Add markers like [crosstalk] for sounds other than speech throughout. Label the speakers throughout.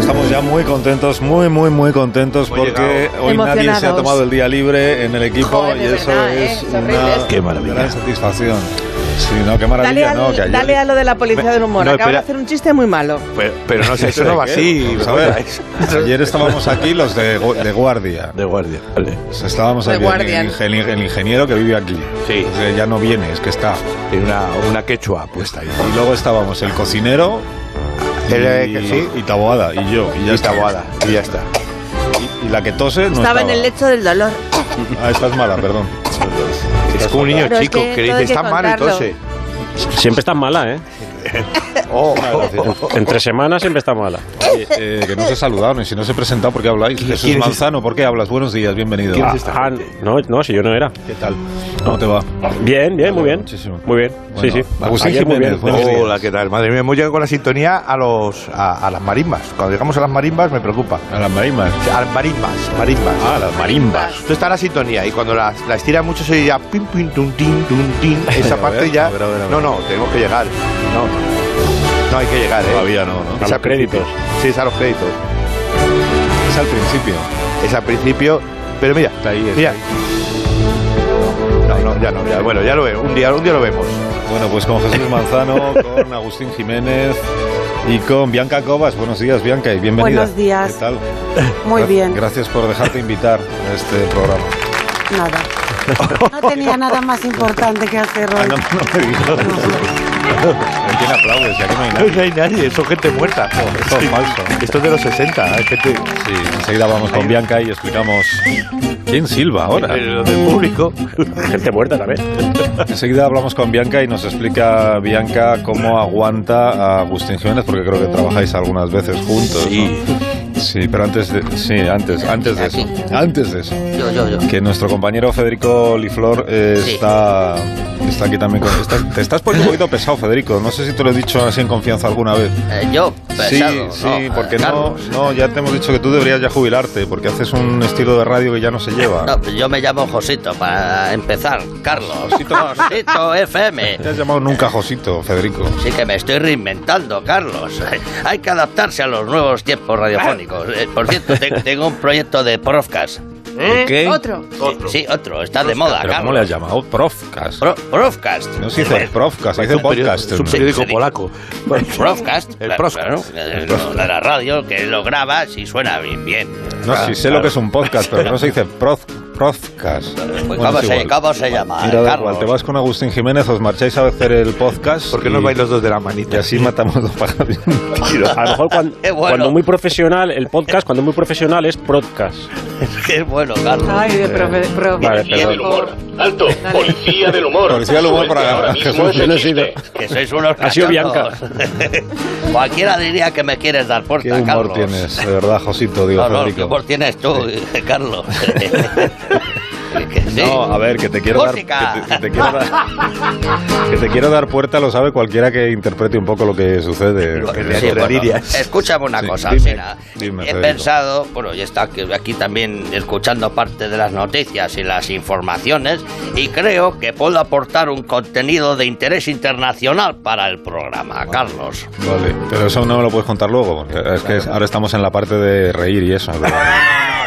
Speaker 1: Estamos ya muy contentos, muy, muy, muy contentos
Speaker 2: Muy
Speaker 1: porque
Speaker 2: llegado.
Speaker 1: hoy nadie se ha
Speaker 3: Emocionados.
Speaker 1: tomado el día libre en el equipo
Speaker 3: Joder,
Speaker 1: y
Speaker 3: de
Speaker 1: eso
Speaker 3: verdad, ¿eh?
Speaker 1: es
Speaker 3: Es horrible
Speaker 1: una
Speaker 3: esto.
Speaker 2: Qué maravilla.
Speaker 1: gran satisfacción. Sí, no, qué
Speaker 3: Dale,
Speaker 1: maravilla,
Speaker 3: al-
Speaker 1: no, que ayer-
Speaker 3: dale a lo de la policía
Speaker 2: Me-
Speaker 3: del humor.
Speaker 2: no,
Speaker 3: Acabas de
Speaker 2: espera.
Speaker 3: hacer un chiste muy malo.
Speaker 2: Pero, pero
Speaker 1: [laughs]
Speaker 2: no sé, eso no va
Speaker 1: ¿Qué?
Speaker 2: así.
Speaker 1: Vamos a ver.
Speaker 2: Begoña, eso-
Speaker 1: Ayer estábamos aquí los de, gu- de guardia.
Speaker 2: De guardia. Vale.
Speaker 1: Estábamos
Speaker 3: De
Speaker 1: aquí,
Speaker 3: guardia.
Speaker 1: El, ingen- el ingeniero que vive aquí.
Speaker 2: Sí.
Speaker 1: O sea, ya no viene, es que está.
Speaker 2: Tiene una, una quechua puesta ahí.
Speaker 1: Y luego estábamos el cocinero y,
Speaker 2: El, eh, que sí.
Speaker 1: y Taboada, y yo. Y, ya
Speaker 2: Y
Speaker 1: está.
Speaker 2: tabuada. Y ya está.
Speaker 1: Y, y la que tose no
Speaker 3: estaba en el lecho del dolor.
Speaker 1: [laughs] Ah, esta es mala, perdón.
Speaker 2: Es como un niño
Speaker 3: Pero es
Speaker 2: chico
Speaker 3: que
Speaker 2: que le
Speaker 3: todo hay
Speaker 2: dice,
Speaker 3: que
Speaker 2: está malo y
Speaker 3: contarlo".
Speaker 2: tose.
Speaker 4: Siempre está mala, ¿eh?
Speaker 2: Oh,
Speaker 4: Entre semanas siempre está mala.
Speaker 1: Oye, eh, que no se saludaron y si no se presentado, ¿por qué habláis? Jesús
Speaker 2: quién es
Speaker 1: Manzano, ¿por qué hablas? Buenos días, bienvenido.
Speaker 2: ¿Quién
Speaker 1: Ah,
Speaker 2: es esta
Speaker 4: Ah,
Speaker 2: gente?
Speaker 4: no, no, si yo no era.
Speaker 1: ¿Qué tal? ¿Cómo te va?
Speaker 4: Bien, bien, muy bien.
Speaker 1: Muchísimo.
Speaker 4: Muy bien, sí,
Speaker 1: Bueno,
Speaker 4: sí.
Speaker 1: Agustín
Speaker 4: Ayer muy
Speaker 1: Jiménez,
Speaker 4: bien.
Speaker 1: buenos días.
Speaker 2: Hola, ¿qué tal? Madre mía, hemos llegado con la sintonía a, los, a, a las marimbas. Cuando llegamos a las marimbas me preocupa.
Speaker 1: A las marimas.
Speaker 2: A las marimbas, marimbas.
Speaker 1: Ah, las marimbas.
Speaker 2: Esto está la sintonía y cuando la, la estira mucho se ya pim pim tum tin tum
Speaker 1: [laughs]
Speaker 2: tin esa
Speaker 1: A
Speaker 2: parte
Speaker 1: ver,
Speaker 2: ya
Speaker 1: a ver, a ver, a ver.
Speaker 2: no no tenemos que llegar no no hay que llegar eh
Speaker 1: Todavía no, ¿no?
Speaker 4: A
Speaker 2: Es
Speaker 4: los
Speaker 2: al principio.
Speaker 4: créditos.
Speaker 2: sí es a los créditos
Speaker 1: Es al principio.
Speaker 2: es al principio pero mira
Speaker 1: Está ahí, está
Speaker 2: mira
Speaker 1: ahí.
Speaker 2: no no ya no ya, bueno ya lo veo un día un día lo vemos
Speaker 1: Bueno, pues con [laughs] Jesús Manzano, con Agustín Jiménez y con Bianca Cobas. Buenos días, Bianca, y bienvenida.
Speaker 3: Buenos días.
Speaker 1: ¿Qué tal?
Speaker 5: Muy
Speaker 1: Gra-
Speaker 5: bien,
Speaker 1: Gracias por dejarte invitar a este programa.
Speaker 5: nada. No tenía nada más importante que hacer
Speaker 1: Ah, [laughs]
Speaker 5: hoy.
Speaker 1: no, no me digas. ¿A quién aplaudes? Si aquí no hay [laughs] nadie.
Speaker 2: no hay nadie son gente muerta [laughs]
Speaker 1: Esto es falso.
Speaker 2: esto es de los 60 hay gente
Speaker 1: Sí, enseguida vamos con Bianca y explicamos quién silba ahora.
Speaker 2: pero del público
Speaker 4: [laughs] Gente muerta también.
Speaker 1: Enseguida hablamos con Bianca y nos explica Bianca cómo aguanta a Agustín Jiménez, porque creo que trabajáis algunas veces juntos.
Speaker 2: sí
Speaker 1: ¿no? Sí, pero antes de, sí, antes, antes de eso, antes de eso,
Speaker 6: Yo, yo, yo.
Speaker 1: que nuestro compañero Federico Liflor eh,
Speaker 6: Sí.
Speaker 1: está, está aquí también con. estás- te estás poniendo un poquito pesado, Federico. No sé si te lo he dicho así en confianza alguna vez.
Speaker 6: Eh, yo, pesado,
Speaker 1: sí,
Speaker 6: ¿no?
Speaker 1: sí,
Speaker 6: Eh,
Speaker 1: porque no,
Speaker 6: Carlos.
Speaker 1: no, ya te hemos dicho que tú deberías ya jubilarte, porque haces un estilo de radio que ya no se lleva.
Speaker 6: No, pues yo me llamo Josito para empezar, Carlos.
Speaker 1: Josito.
Speaker 6: Josito FM.
Speaker 1: Te has llamado nunca Josito, Federico.
Speaker 6: Sí que me estoy reinventando, Carlos. [laughs] Hay que adaptarse a los nuevos tiempos radiofónicos. Eh, Por cierto, te- tengo un proyecto de Profcas.
Speaker 1: ¿Qué?
Speaker 3: Otro.
Speaker 6: Sí, otro, está de moda,
Speaker 1: ¿Pero cómo le has
Speaker 6: Carlos.
Speaker 1: llamado? Profcast.
Speaker 6: Pro- Pues, Profcast.
Speaker 1: no se dice Profcast, se dice
Speaker 2: un periódico-
Speaker 1: podcast.
Speaker 2: es un
Speaker 1: ¿no?
Speaker 2: periódico
Speaker 6: Sí,
Speaker 4: [laughs]
Speaker 6: sí.
Speaker 2: polaco
Speaker 6: Profcast.
Speaker 2: El
Speaker 6: claro,
Speaker 2: Profcast.
Speaker 6: claro, eh, lo de la radio, que lo grabas y suena bien. bien.
Speaker 1: No, sí, sé lo que es un podcast, pero no se dice prof, profcast.
Speaker 6: Pues,
Speaker 1: Bueno,
Speaker 6: ¿cómo,
Speaker 1: es
Speaker 6: se,
Speaker 1: igual.
Speaker 6: cómo se llama,
Speaker 1: Mira, da
Speaker 6: eh, Carlos?
Speaker 1: igual, te vas con Agustín Jiménez, os marcháis a hacer el podcast.
Speaker 2: porque
Speaker 1: y-
Speaker 2: no vais los dos de la
Speaker 1: Y
Speaker 2: manita
Speaker 1: así matamos dos pájaros
Speaker 6: [laughs]
Speaker 1: de un tiro.
Speaker 4: A lo mejor cuando,
Speaker 6: Qué bueno.
Speaker 4: cuando muy profesional, el podcast, cuando muy profesional es podcast.
Speaker 6: [laughs] Qué bueno, Carlos.
Speaker 3: Ay, de profe, profe.
Speaker 4: Vale,
Speaker 7: Policía del humor. Alto. Policía del humor.
Speaker 1: Policía del humor para
Speaker 7: Ahora
Speaker 1: Jesús.
Speaker 7: mismo ese
Speaker 4: Yo no he
Speaker 7: chiste.
Speaker 4: sido.
Speaker 6: Que sois unos
Speaker 4: Ha sido
Speaker 6: cachondos. Cualquiera diría que me quieres dar puerta,
Speaker 1: Qué humor
Speaker 6: Carlos.
Speaker 1: tienes, de verdad, Josito, digo,
Speaker 6: No, no, ¿qué
Speaker 1: Federico.
Speaker 6: humor tienes tú, eh,
Speaker 1: [laughs]
Speaker 6: Carlos? Que sí.
Speaker 1: No, a ver, que te quiero dar. Que
Speaker 6: Música.
Speaker 1: te, que te quiero dar
Speaker 6: [laughs]
Speaker 1: que te quiero dar puerta, lo sabe cualquiera que interprete un poco lo que sucede.
Speaker 6: Bueno,
Speaker 2: te
Speaker 6: sí,
Speaker 2: entre
Speaker 6: bueno,
Speaker 2: líneas.
Speaker 6: escúchame una
Speaker 1: Sí,
Speaker 6: cosa,
Speaker 1: dime,
Speaker 6: Alsina.
Speaker 1: dime,
Speaker 6: He
Speaker 1: Federico.
Speaker 6: pensado, bueno, y está aquí, aquí también escuchando parte de las noticias y las informaciones, y creo que puedo aportar un contenido de interés internacional para el programa, Carlos.
Speaker 1: Vale, pero eso no me lo puedes contar luego, porque es que es- ahora estamos en la parte de reír y eso.
Speaker 6: [laughs]
Speaker 1: ¿verdad?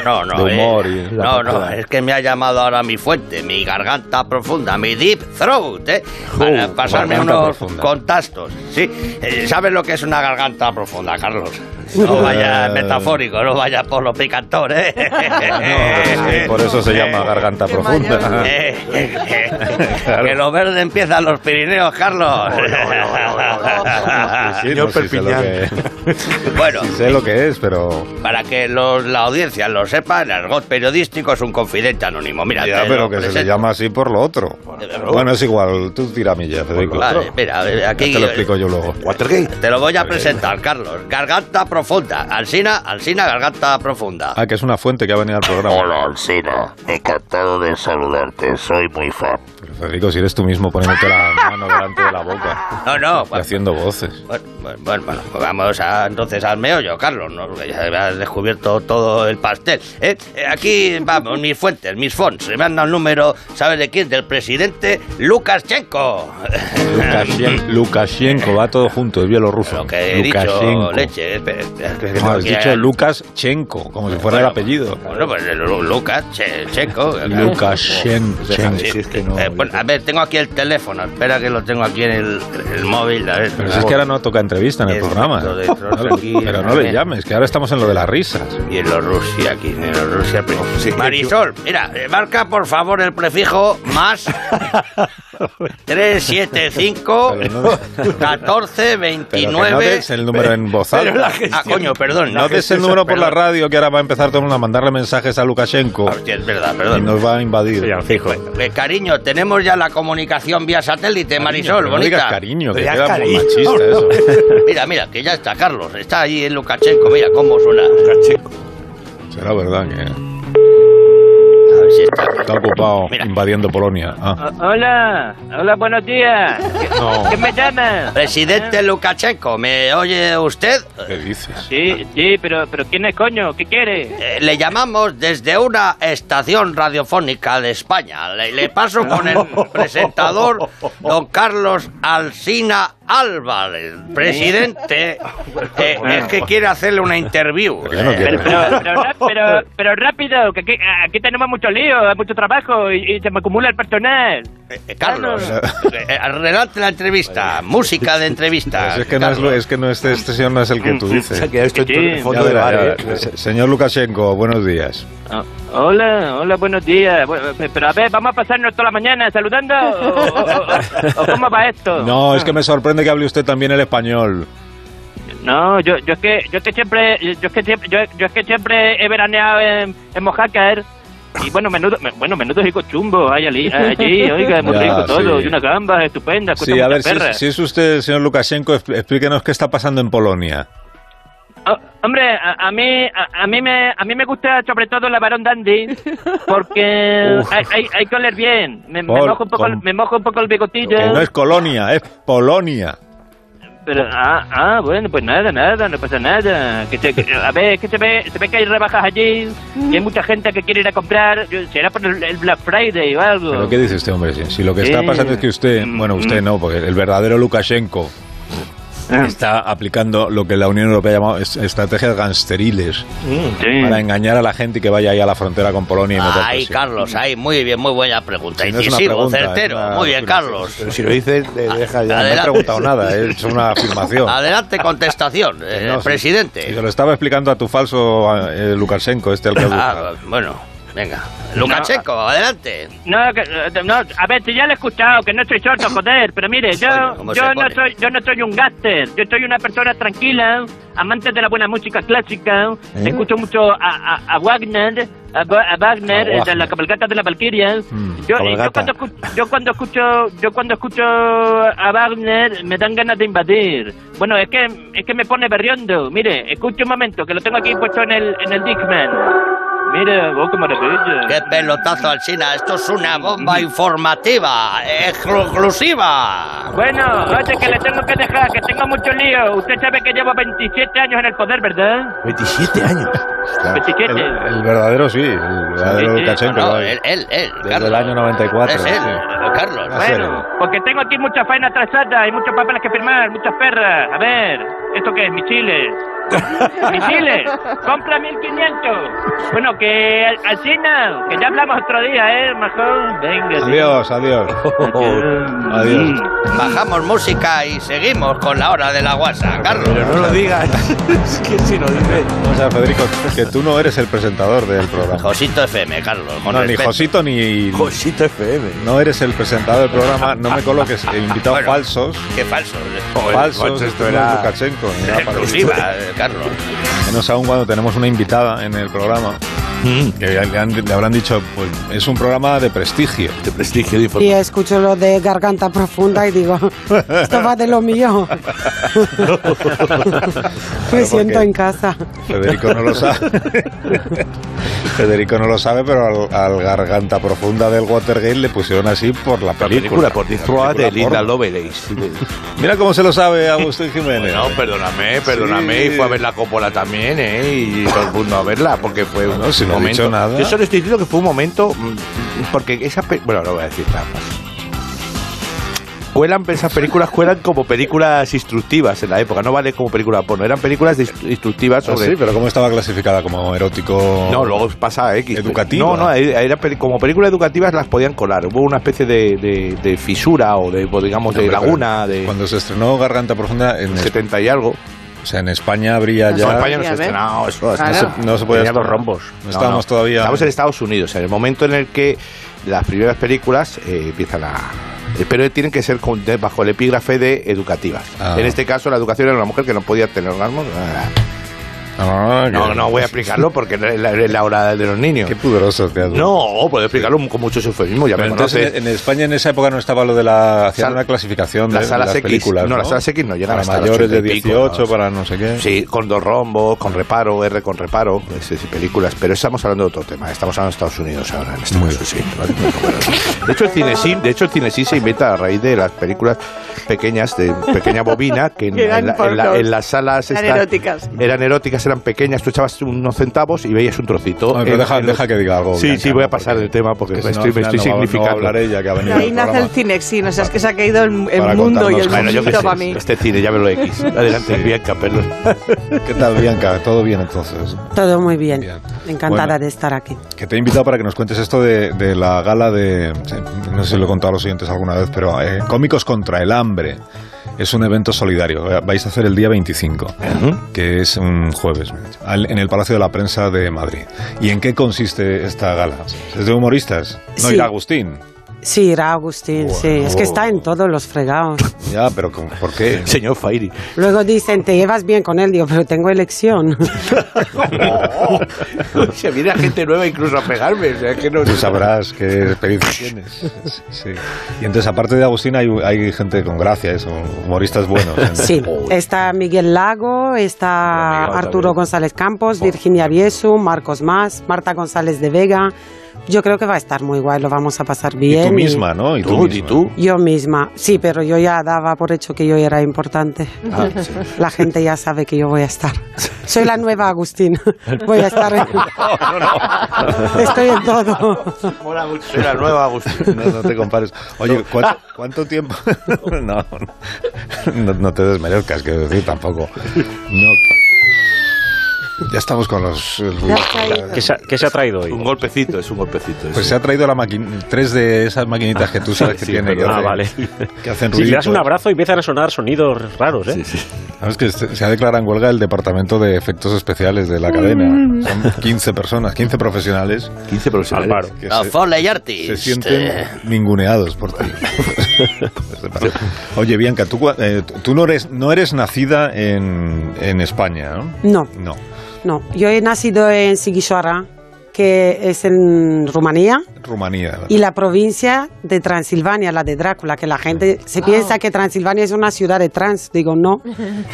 Speaker 6: no, no.
Speaker 1: De humor
Speaker 6: eh.
Speaker 1: y-
Speaker 6: No, no, es que me ha llamado ahora mi fuente, mi garganta profunda, mi deep throat, ¿eh? Para
Speaker 1: Uh,
Speaker 6: pasarme
Speaker 1: garganta
Speaker 6: unos
Speaker 1: profunda.
Speaker 6: contactos. Sí, Eh, ¿sabes lo que es una garganta profunda, Carlos? No vaya metafórico, no vaya por lo picantón, ¿eh?
Speaker 1: Sí, por eso se llama garganta [laughs] profunda.
Speaker 6: Eh, eh, eh, Que lo verde empieza en los Pirineos, Carlos.
Speaker 1: Sí,
Speaker 2: Señor
Speaker 1: sí sé lo
Speaker 2: Perpiñán.
Speaker 1: que-
Speaker 6: bueno,
Speaker 1: sí sé lo que es, pero.
Speaker 6: Para que los- la audiencia lo sepa, el argot periodístico es un confidente anónimo. Mira,
Speaker 1: Ya,
Speaker 6: te
Speaker 1: pero
Speaker 6: lo
Speaker 1: que se le
Speaker 6: presento.
Speaker 1: llama así por lo otro.
Speaker 6: Bueno.
Speaker 1: Bueno, es igual, tú tiramilla, Federico.
Speaker 6: Vale, mira, eh,
Speaker 1: Ya
Speaker 6: aquí
Speaker 1: te lo explico yo luego.
Speaker 2: Watergate
Speaker 6: te lo
Speaker 1: [laughs]
Speaker 6: voy a presentar, Carlos. Garganta profunda. Alsina, Alsina, garganta profunda.
Speaker 1: Ah, que es una fuente que ha venido al programa.
Speaker 8: Hola, Alcina. Encantado de saludarte. Soy muy fan.
Speaker 1: Pero, Federico, si eres tú mismo poniéndote la mano delante de la boca
Speaker 6: No, no.
Speaker 1: y haciendo voces.
Speaker 6: Bueno, bueno, bueno, bueno, pues vamos a, entonces al meollo, Carlos. ¿no? Porque Ya has descubierto todo el pastel. ¿eh? Eh, Aquí, vamos, mis fuentes, mis fonts. Me han dado el número, ¿sabes de quién? Del presidente Lukashenko. [laughs]
Speaker 1: Lukashen- [laughs] Lukashenko, va todo junto, es bielorruso.
Speaker 6: Lo que he dicho,
Speaker 1: Lukashenko.
Speaker 6: leche. espera, espera, que
Speaker 1: No,
Speaker 6: tengo
Speaker 1: has
Speaker 6: que-
Speaker 1: dicho Lukaschenko, como si fuera el apellido.
Speaker 6: Bueno, pues el Lu- Lucas, che- Checo.
Speaker 1: Lukashenko.
Speaker 6: Sí. Eh, bueno, a ver, tengo aquí el teléfono. Espera que lo tengo aquí en el, el móvil. A ver,
Speaker 1: Pero si es que ahora no toca entrevista en el
Speaker 6: Exacto,
Speaker 1: programa.
Speaker 6: de otros
Speaker 1: Claro,
Speaker 6: aquí,
Speaker 1: [laughs] Pero no le
Speaker 6: eh.
Speaker 1: llames, que ahora estamos en lo de las risas.
Speaker 6: Bielorrusia, aquí, Bielorrusia. pero-
Speaker 1: Oh,
Speaker 2: sí.
Speaker 6: Marisol, mira, eh, marca por favor el prefijo
Speaker 1: [laughs]
Speaker 6: más 375
Speaker 1: Pero no- Pero que no
Speaker 6: 1429.
Speaker 1: des el número en voz
Speaker 2: Pero la
Speaker 1: alta.
Speaker 2: gestión-
Speaker 6: Ah, coño, perdón.
Speaker 1: No des el número por la
Speaker 6: Perdón.
Speaker 1: radio que ahora va a empezar todo el mundo a mandarle mensajes a Lukashenko
Speaker 6: Ah, hostia, es verdad,
Speaker 1: y
Speaker 6: perdón.
Speaker 1: nos va a invadir.
Speaker 4: Ya, fijo.
Speaker 6: Eh, cariño, tenemos ya la comunicación vía satélite, Marisol,
Speaker 1: Pero no
Speaker 6: bonita.
Speaker 1: digas cariño, que
Speaker 2: Pero ya
Speaker 1: queda muy
Speaker 2: cariño,
Speaker 1: machista eso.
Speaker 6: [laughs] Mira, mira, que ya está Carlos, está ahí en Lukashenko, mira cómo suena.
Speaker 1: [laughs] Será verdad que
Speaker 6: A ver si está.
Speaker 1: está ocupado
Speaker 6: Mira.
Speaker 1: invadiendo Polonia. Ah.
Speaker 9: Hola, hola, buenos días.
Speaker 1: No.
Speaker 9: ¿Qué me llamas?
Speaker 6: Presidente Lukashenko, ¿me oye usted?
Speaker 1: ¿Qué dices?
Speaker 9: Sí, sí, pero, pero ¿quién es coño? ¿Qué quiere?
Speaker 6: Eh, le llamamos desde una estación radiofónica de España. Le, le paso con el presentador, don Carlos Alsina Álvarez, presidente. Eh, es que quiere hacerle una interview. Eh,
Speaker 1: Pero ya no quiere.
Speaker 9: Pero, pero, pero, rap- pero- pero rápido, que aquí, aquí tenemos mucho lío, hay mucho trabajo y, y se me acumula el personal.
Speaker 6: Eh, Carlos, eh, adelante la entrevista, música de entrevista.
Speaker 1: Pues es que no es, lo-
Speaker 6: Carlos.
Speaker 1: es que no este, este señor no es el que tú dices.
Speaker 2: [laughs] que esto
Speaker 9: Sí.
Speaker 2: en el fondo
Speaker 1: Ya
Speaker 2: de
Speaker 1: verá,
Speaker 2: bar,
Speaker 1: ya
Speaker 2: ¿eh?
Speaker 1: verá. Se- Señor Lukashenko, buenos días.
Speaker 9: Ah, Hola, hola, buenos días. Bueno, pe- Pero a ver, ¿vamos a pasarnos toda la mañana saludando? ¿O, o- o- o cómo va esto?
Speaker 1: No, es que me sorprende que hable usted también el español.
Speaker 9: No, yo, yo es que yo es que siempre yo es que siempre, yo, yo es que siempre he veraneado en, en Mojácar y bueno menudo me- bueno menudo rico chumbo
Speaker 1: [laughs]
Speaker 9: hay allí, eh, allí oiga muy
Speaker 1: Ya,
Speaker 9: rico todo
Speaker 1: sí.
Speaker 9: y unas gambas estupendas
Speaker 1: Sí,
Speaker 9: cuesta
Speaker 1: a ver,
Speaker 9: mucha
Speaker 1: si,
Speaker 9: perra.
Speaker 1: es- si es usted, señor Lukashenko, expl- explíquenos qué está pasando en Polonia.
Speaker 9: Oh, hombre a, a mí a, a mí me a mí me gusta sobre todo la varón dandy porque
Speaker 1: [laughs] Uf.
Speaker 9: hay, hay, hay que oler bien me, me
Speaker 1: Por-
Speaker 9: mojo un poco el-
Speaker 1: con-
Speaker 9: me mojo un poco el bigotillo
Speaker 1: Que no es colonia, es Polonia.
Speaker 9: Pero, ah, ah, bueno, pues nada, nada, no pasa nada. Que se- que- a ver, es que se ve, se ve que hay rebajas allí y hay mucha gente que quiere ir a comprar. Yo- Será por el, el Black Friday o algo.
Speaker 1: ¿Pero qué dice usted, hombre? Si, si lo que está
Speaker 9: Eh,
Speaker 1: pasando es que usted,
Speaker 9: mm,
Speaker 1: bueno, usted
Speaker 9: mm.
Speaker 1: no, porque el verdadero Lukashenko
Speaker 9: Ah,
Speaker 1: está aplicando lo que la Unión Europea llama es- estrategias gansteriles
Speaker 9: sí.
Speaker 1: para engañar a la gente y que vaya ahí a la frontera con Polonia y meter
Speaker 6: Ay,
Speaker 1: presión.
Speaker 6: Carlos, ay, muy bien, muy buena pregunta.
Speaker 1: Si no es una
Speaker 6: Incisivo,
Speaker 1: pregunta,
Speaker 6: certero.
Speaker 1: es una-
Speaker 6: Muy bien, Carlos.
Speaker 2: Pero si lo dices, eh, deja ya.
Speaker 1: No he
Speaker 6: Adelante.
Speaker 1: preguntado nada, he hecho una afirmación.
Speaker 6: Adelante,
Speaker 1: [laughs]
Speaker 6: contestación, eh,
Speaker 1: No, sí. Y se
Speaker 6: presidente.
Speaker 1: lo estaba explicando a tu falso eh, Lukashenko, este al que has
Speaker 6: Ah,
Speaker 1: buscado.
Speaker 6: bueno, venga. Lukashenko, adelante.
Speaker 9: No, que- eh, no, a ver, si ya lo he escuchado, que no
Speaker 6: [laughs]
Speaker 9: soy sordo, joder, pero mire, yo,
Speaker 6: Oye, ¿cómo se
Speaker 9: yo, no
Speaker 6: pone?
Speaker 9: soy, yo no soy un gaster, yo soy una persona tranquila, amante de la buena música clásica,
Speaker 6: ¿Eh?
Speaker 9: escucho mucho a, a- a Wagner, a, Wa- a Wagner,
Speaker 1: A
Speaker 9: eh, de
Speaker 1: Wagner.
Speaker 9: la cabalgata de la Valquiria.
Speaker 1: Mm,
Speaker 6: Hmm,
Speaker 9: yo, y yo,
Speaker 2: cabalgata.
Speaker 9: cuando escucho, yo cuando escucho yo cuando escucho a Wagner me dan ganas de invadir. Bueno, es que es que me pone berriondo. Mire, escuche un momento, que lo tengo aquí puesto en el, en el Discman. Mire, vos cómo maravilla.
Speaker 6: Qué pelotazo, Alsina. Esto es una bomba informativa, exclusiva.
Speaker 9: Bueno, oye, que le tengo que dejar, que tengo mucho lío. Usted sabe que llevo 27 años en el poder, ¿verdad?
Speaker 2: 27 años.
Speaker 1: Claro. El,
Speaker 9: 27.
Speaker 1: el verdadero sí, el verdadero
Speaker 9: Sí, sí,
Speaker 1: Lukashenko.
Speaker 6: No,
Speaker 1: vaya.
Speaker 6: él, él, él.
Speaker 1: Desde el año 94,
Speaker 6: Es él,
Speaker 1: sí.
Speaker 6: Carlos.
Speaker 1: Va a ser
Speaker 9: Bueno, porque tengo aquí mucha faena atrasada, hay muchos papeles que firmar, muchas perras. A ver, ¿esto qué es? Misiles.
Speaker 1: [laughs]
Speaker 9: ¡Misiles! ¡Compra 1500! Bueno, que al- al China, que ya hablamos otro día, ¿eh, majón? Venga. sí.
Speaker 1: Adiós, adiós. Adiós.
Speaker 6: Bajamos música y seguimos con la hora de la guasa, Carlos.
Speaker 2: Pero no lo digas. es que si lo dices.
Speaker 1: Vamos a ver, Federico, que tú no eres el presentador del programa.
Speaker 6: Josito FM, Carlos. Con
Speaker 1: No, ni
Speaker 6: respeto.
Speaker 1: Josito ni...
Speaker 2: Cosita FM.
Speaker 1: No eres el presentador del programa, no
Speaker 2: Ah,
Speaker 1: me coloques eh, invitados
Speaker 6: Bueno.
Speaker 1: falsos.
Speaker 6: Qué falso.
Speaker 1: falsos,
Speaker 2: macho,
Speaker 1: esto
Speaker 2: esto
Speaker 1: era
Speaker 2: era-
Speaker 1: Lukashenko. ni nada parecido.
Speaker 6: Exclusiva, eh, Carlos.
Speaker 1: Menos aún cuando tenemos una invitada en el programa.
Speaker 2: Mm.
Speaker 1: Que le, han- le habrán dicho, pues es un programa de prestigio.
Speaker 2: De prestigio de
Speaker 5: Y escucho lo de garganta profunda y digo, esto va de lo mío. Me
Speaker 1: porque-
Speaker 5: siento en casa.
Speaker 1: Federico no lo sabe. [laughs] Federico no lo sabe, pero al, al garganta profunda del Watergate le pusieron así por la
Speaker 2: La película
Speaker 1: película.
Speaker 2: por
Speaker 1: La
Speaker 2: Disroa de
Speaker 1: película
Speaker 2: Linda
Speaker 1: porno.
Speaker 2: Lovelace.
Speaker 1: Mira cómo se lo sabe Agustín Jiménez. Ah,
Speaker 2: No, perdóname, perdóname.
Speaker 1: Sí.
Speaker 2: Y fue a ver la Coppola también, ¿eh? Y todo el mundo a verla, porque fue.
Speaker 1: No, si no he dicho nada.
Speaker 2: Yo solo estoy diciendo que fue un momento. mm, Porque esa. pe- Bueno, no voy a decir nada más. Cuelan, esas películas cuelan como películas instructivas en la época, no vale como película porno, eran películas de instru- instructivas
Speaker 1: Ah,
Speaker 2: sobre.
Speaker 1: sí, pero ¿cómo estaba clasificada? ¿Como erótico?
Speaker 2: No, luego pasa a X. pues.
Speaker 1: Educativa.
Speaker 2: No, no, ahí- ahí era peli- como películas educativas las podían colar. Hubo una especie de, de- de fisura o de, o digamos, de
Speaker 1: Hombre,
Speaker 2: laguna,
Speaker 1: pero
Speaker 2: de
Speaker 1: Cuando se estrenó Garganta Profunda, en, es-
Speaker 2: 70 y algo.
Speaker 1: o sea, en España habría
Speaker 3: No,
Speaker 1: ya...
Speaker 2: No, en España no se
Speaker 3: Sí, a ver.
Speaker 2: estrenó, eso.
Speaker 3: Claro.
Speaker 2: eso-
Speaker 1: No se podía...
Speaker 2: Tenía dos
Speaker 1: estrenar.
Speaker 2: rombos.
Speaker 1: No, estábamos todavía...
Speaker 2: Estamos en Estados Unidos, en el momento en el que las primeras películas eh, empiezan a. eh, Pero tienen que ser con- de- bajo el epígrafe de educativas.
Speaker 1: Ah.
Speaker 2: En este caso, la educación era una mujer que no podía tener orgasmos. Ah,
Speaker 1: Ah,
Speaker 2: No,
Speaker 1: qué-
Speaker 2: no voy a explicarlo porque es la, es la hora de los niños.
Speaker 1: [laughs] Qué pudoroso te has
Speaker 2: No, puedo explicarlo con muchos eufemismos, ya me
Speaker 1: Pero entonces,
Speaker 2: conoces.
Speaker 1: en, en España en esa época no estaba lo de la... Hacían
Speaker 2: Sal-
Speaker 1: una clasificación de,
Speaker 2: las
Speaker 1: de
Speaker 2: salas
Speaker 1: las
Speaker 2: X.
Speaker 1: películas,
Speaker 2: No, las salas X no llegan
Speaker 1: Para
Speaker 2: hasta las
Speaker 1: mayores de
Speaker 2: 80 y pico,
Speaker 1: 18,
Speaker 2: ¿no?
Speaker 1: para no sé qué.
Speaker 2: Sí, con dos rombos, con reparo, R con reparo, es decir, películas. Pero estamos hablando de otro tema. Estamos hablando de Estados Unidos ahora. En este caso, sí. Vale, bueno, bueno. De hecho, el cinesín, de hecho, el cinesín se inventa a raíz de las películas pequeñas, de pequeña bobina, que en,
Speaker 3: [laughs] Que eran
Speaker 2: en la- en la-
Speaker 3: pornos.
Speaker 2: en las salas
Speaker 3: Eran
Speaker 2: estas-
Speaker 3: eróticas.
Speaker 2: eran eróticas, eran pequeñas. Tú echabas unos centavos y veías un trocito.
Speaker 1: Hombre, pero
Speaker 2: En-
Speaker 1: deja,
Speaker 2: en los-
Speaker 1: deja que diga algo.
Speaker 2: Sí,
Speaker 1: Blanca,
Speaker 2: sí, voy a
Speaker 1: ¿no?
Speaker 2: pasar del tema porque
Speaker 1: es que
Speaker 2: me
Speaker 1: si no, al
Speaker 2: estoy, me
Speaker 1: final no va-
Speaker 2: estoy
Speaker 1: no va a
Speaker 2: significando.
Speaker 1: hablar ella, que ha venido
Speaker 3: Ahí
Speaker 1: al
Speaker 3: nace el
Speaker 1: programa.
Speaker 3: Cinexin, o sea, es que se ha caído el, el
Speaker 1: Para
Speaker 3: mundo y
Speaker 1: contarnos
Speaker 3: el
Speaker 1: cosas.
Speaker 2: Bueno, yo qué
Speaker 3: mundo
Speaker 2: sé,
Speaker 3: para mí.
Speaker 2: este cine, llámelo X. Adelante,
Speaker 1: [laughs]
Speaker 2: Bianca, perdón.
Speaker 1: ¿Qué tal, Bianca? ¿Todo bien entonces?
Speaker 5: Todo muy bien.
Speaker 1: Bien.
Speaker 5: Encantada
Speaker 1: Bueno.
Speaker 5: de estar aquí.
Speaker 1: Que te he invitado para que nos cuentes esto de, de la gala de. No sé si lo he contado a los oyentes alguna vez, pero eh, Cómicos contra el Hambre. Es un evento solidario. Vais a hacer el día 25, que es un jueves, al- en el Palacio de la Prensa de Madrid. ¿Y en qué consiste esta gala? ¿Es de humoristas? No
Speaker 5: Sí.
Speaker 1: irá Agustín.
Speaker 5: Sí, irá Agustín, sí. Es
Speaker 1: Bueno.
Speaker 5: que está en todos los fregados.
Speaker 1: Ya, pero con- ¿por qué?
Speaker 2: Señor Fairi.
Speaker 5: Luego dicen, te llevas bien con él. Digo, pero tengo elección.
Speaker 2: [laughs] Se viene gente nueva incluso a pegarme. O sea, que no,
Speaker 1: Tú sabrás qué experiencia tienes. Sí. Y entonces, aparte de Agustín, hay, hay gente con gracia, eso, humoristas buenos. ¿eh?
Speaker 5: Sí, está Miguel Lago, está
Speaker 2: Miguel
Speaker 5: Arturo
Speaker 2: también.
Speaker 5: González Campos, Virginia Biesu, Marcos Más, Marta González de Vega. Yo creo que va a estar muy guay, lo vamos a pasar bien.
Speaker 1: Y tú misma, ¿no? Y tú,
Speaker 2: Tú, y
Speaker 1: misma.
Speaker 2: tú.
Speaker 5: Yo misma, sí, pero yo ya daba por hecho que yo era importante.
Speaker 2: Ah, sí.
Speaker 5: La gente ya sabe que yo voy a estar. Soy la nueva Agustín. Voy a estar. en- Estoy en todo.
Speaker 2: Mola mucho. Soy la nueva Agustín.
Speaker 1: [laughs] No, no te compares. Oye, ¿cuánto, cuánto tiempo? [laughs] No, no, no te desmerezcas, quiero decir, tampoco. No. Ya estamos con los. eh, ruidos.
Speaker 4: ¿Qué se, ha- qué se ha traído hoy?
Speaker 2: Un golpecito, es un golpecito.
Speaker 1: Pues se ha traído la maqui- tres de esas maquinitas que tú sabes que
Speaker 2: Sí,
Speaker 1: tiene. que
Speaker 2: perdón.
Speaker 4: Ah,
Speaker 1: hacen-
Speaker 4: vale.
Speaker 1: Que hacen
Speaker 4: Si le das
Speaker 1: ruiditos.
Speaker 4: un abrazo y empiezan a sonar sonidos raros, ¿eh?
Speaker 1: Sabes que se se ha declarado en huelga el departamento de efectos especiales de la cadena. Son 15 personas, 15 profesionales
Speaker 2: 15 profesionales.
Speaker 4: Álvaro.
Speaker 1: que
Speaker 6: Los
Speaker 1: se-
Speaker 6: Foley
Speaker 5: Este.
Speaker 1: se
Speaker 6: Artists.
Speaker 1: sienten
Speaker 6: eh,
Speaker 1: ninguneados por
Speaker 5: [laughs]
Speaker 1: ti. Oye, Bianca, tú, cua- eh, tú no eres no eres nacida en, en España, ¿no?
Speaker 5: No,
Speaker 1: No.
Speaker 5: no. Yo he nacido en Sighișoara, que es en Rumanía.
Speaker 1: Rumanía.
Speaker 5: Y la provincia de Transilvania, la de Drácula, que la gente se piensa que Transilvania es una ciudad de trans. Digo, no.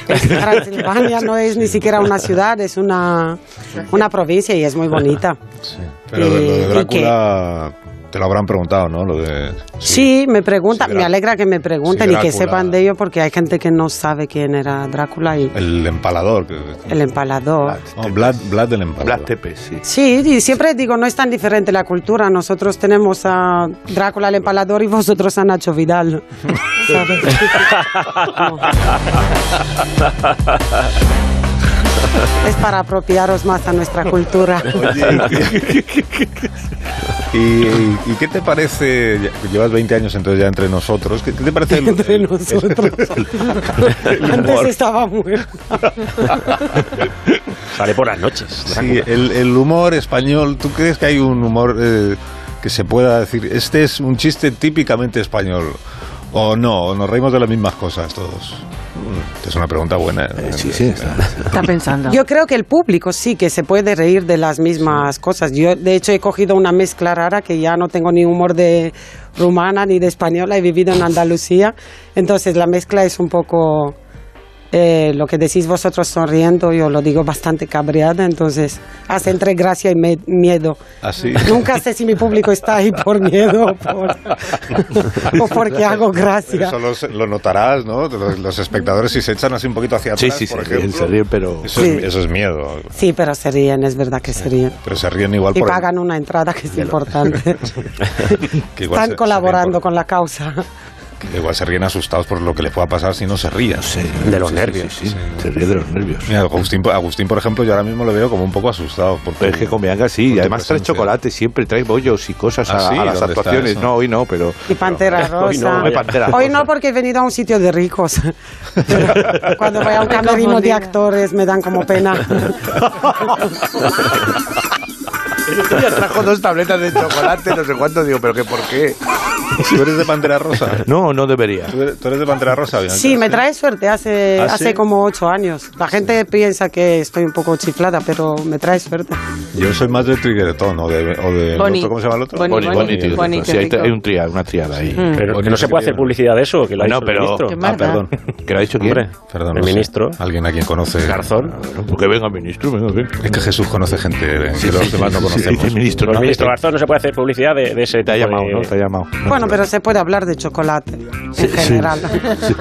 Speaker 5: Es- Transilvania no es ni siquiera una ciudad, es una, una provincia y es muy bonita.
Speaker 1: [laughs] Sí. Pero de- lo
Speaker 5: Eh,
Speaker 1: de
Speaker 5: ¿y
Speaker 1: Drácula te lo habrán preguntado, ¿no? Lo de,
Speaker 5: Sí, me preguntan,
Speaker 1: Sí, Drá-
Speaker 5: me alegra que me pregunten
Speaker 1: sí,
Speaker 5: y que
Speaker 1: Drácula.
Speaker 5: sepan de ello porque hay gente que no sabe quién era Drácula y
Speaker 1: El empalador. que-
Speaker 5: el empalador.
Speaker 1: No, Vlad, Vlad el empalador.
Speaker 2: Blas Tepes, sí.
Speaker 5: Sí, y siempre digo, no es tan diferente la cultura. Nosotros tenemos a Drácula el empalador y vosotros a Nacho Vidal. ¿Sabes? No. Es para apropiaros más a nuestra cultura.
Speaker 1: ¿Y, y qué te parece? ya- Llevas 20 años entonces ya entre nosotros. ¿Qué, qué te parece el-
Speaker 5: Entre
Speaker 1: el- [laughs]
Speaker 5: nosotros. Antes estaba muerto.
Speaker 4: Sale por las noches.
Speaker 1: Sí, el, el humor español, ¿tú crees que hay un humor eh, que se pueda decir, este es un chiste típicamente español? ¿O no? ¿O nos reímos de las mismas cosas todos? Mm, Es una pregunta buena.
Speaker 2: Eh, Sí, sí, está.
Speaker 3: Está pensando.
Speaker 5: Yo creo que el público sí que se puede reír de las mismas cosas. Yo, de hecho, he cogido una mezcla rara que ya no tengo ni humor de rumana ni de española. He vivido en Andalucía. Entonces, la mezcla es un poco eh, lo que decís vosotros sonriendo, yo lo digo bastante cabreada, entonces hace entre gracia y me- miedo.
Speaker 1: [laughs] Así.
Speaker 5: Nunca sé si mi público está ahí por miedo o,
Speaker 1: [laughs]
Speaker 5: por- o porque hago gracia.
Speaker 1: Eso los- lo notarás, ¿no? Los, los espectadores si se echan así un poquito hacia
Speaker 2: eh, Sí,
Speaker 1: atrás,
Speaker 2: sí,
Speaker 1: por
Speaker 2: se ríen,
Speaker 1: ejemplo.
Speaker 2: se ríen, pero...
Speaker 1: Eso,
Speaker 5: Sí.
Speaker 1: es, eso es miedo.
Speaker 5: Sí, pero se ríen, es verdad que se ríen.
Speaker 1: Pero se ríen igual
Speaker 5: Y
Speaker 1: por... el-
Speaker 5: pagan una entrada que
Speaker 1: [laughs]
Speaker 5: es importante.
Speaker 1: que igual se-
Speaker 5: Están
Speaker 1: se
Speaker 5: colaborando
Speaker 1: ríen
Speaker 5: con
Speaker 2: [laughs]
Speaker 5: la causa.
Speaker 1: por- que igual se ríen asustados por lo que les pueda pasar si no se rían.
Speaker 2: De los nervios. Sí, sí, se ríe de los nervios.
Speaker 1: Mira, Agustín, Agustín, por ejemplo, yo ahora mismo lo veo como un poco asustado. Porque
Speaker 2: Pero es que con Bianca sí,
Speaker 1: Con
Speaker 2: y
Speaker 1: tu
Speaker 2: además trae
Speaker 1: presencia.
Speaker 2: chocolate, siempre trae bollos y cosas
Speaker 1: ¿Ah,
Speaker 2: a,
Speaker 1: sí?
Speaker 2: a las
Speaker 1: ¿Dónde está
Speaker 2: actuaciones.
Speaker 1: eso?
Speaker 2: No, hoy
Speaker 1: [laughs]
Speaker 2: no, [laughs] pero.
Speaker 5: Y Pantera Rosa.
Speaker 2: Hoy no, hoy Pantera
Speaker 5: Hoy no,
Speaker 2: Rosa.
Speaker 5: porque he venido a un sitio
Speaker 2: [laughs]
Speaker 5: de ricos. Pero cuando voy a un
Speaker 3: Me
Speaker 5: camerino de
Speaker 3: confundía.
Speaker 5: actores me dan como
Speaker 2: [laughs]
Speaker 5: pena.
Speaker 2: El otro día trajo dos tabletas de chocolate, no sé cuánto, digo, pero que por qué.
Speaker 1: [laughs] ¿Tú eres de Pantera Rosa? ¿eh?
Speaker 2: No, no debería.
Speaker 1: ¿Tú eres, tú eres de Pantera Rosa, Bianca?
Speaker 5: Sí, me trae suerte hace,
Speaker 1: ¿Ah, sí?
Speaker 5: hace como ocho años. La gente piensa que estoy un poco chiflada, pero me trae suerte.
Speaker 1: Yo soy más de Trigueretón o de... O de
Speaker 3: Boni.
Speaker 1: ¿Cómo se llama el otro?
Speaker 3: Boni, Boni,
Speaker 2: tío.
Speaker 3: Boni,
Speaker 2: Sí,
Speaker 3: qué
Speaker 2: hay,
Speaker 3: rico.
Speaker 2: hay un trial, una triada ahí.
Speaker 4: Pero que
Speaker 1: Bonito
Speaker 4: no se puede hacer
Speaker 1: sería.
Speaker 4: publicidad de eso, que lo ha
Speaker 2: Bueno,
Speaker 4: dicho
Speaker 2: pero-
Speaker 4: el
Speaker 3: Qué
Speaker 4: ministro.
Speaker 1: Ah,
Speaker 3: maldad.
Speaker 1: perdón.
Speaker 2: ¿Que lo ha dicho quién?
Speaker 4: Hombre,
Speaker 1: Perdón,
Speaker 4: el
Speaker 1: no sé.
Speaker 4: ministro,
Speaker 1: Alguien a quien conoce...
Speaker 4: Garzón.
Speaker 2: Porque venga, ministro, venga, venga.
Speaker 1: Es que Jesús conoce gente eh, que los demás no conocemos.
Speaker 2: el ministro,
Speaker 4: El
Speaker 2: no,
Speaker 4: ministro
Speaker 2: ministro.
Speaker 4: Garzón no se puede hacer publicidad de, de ese
Speaker 2: este- Te ha
Speaker 4: tipo
Speaker 2: llamado,
Speaker 4: de-
Speaker 2: ¿no? Te ha llamado.
Speaker 5: Bueno, pero se puede hablar de chocolate en general.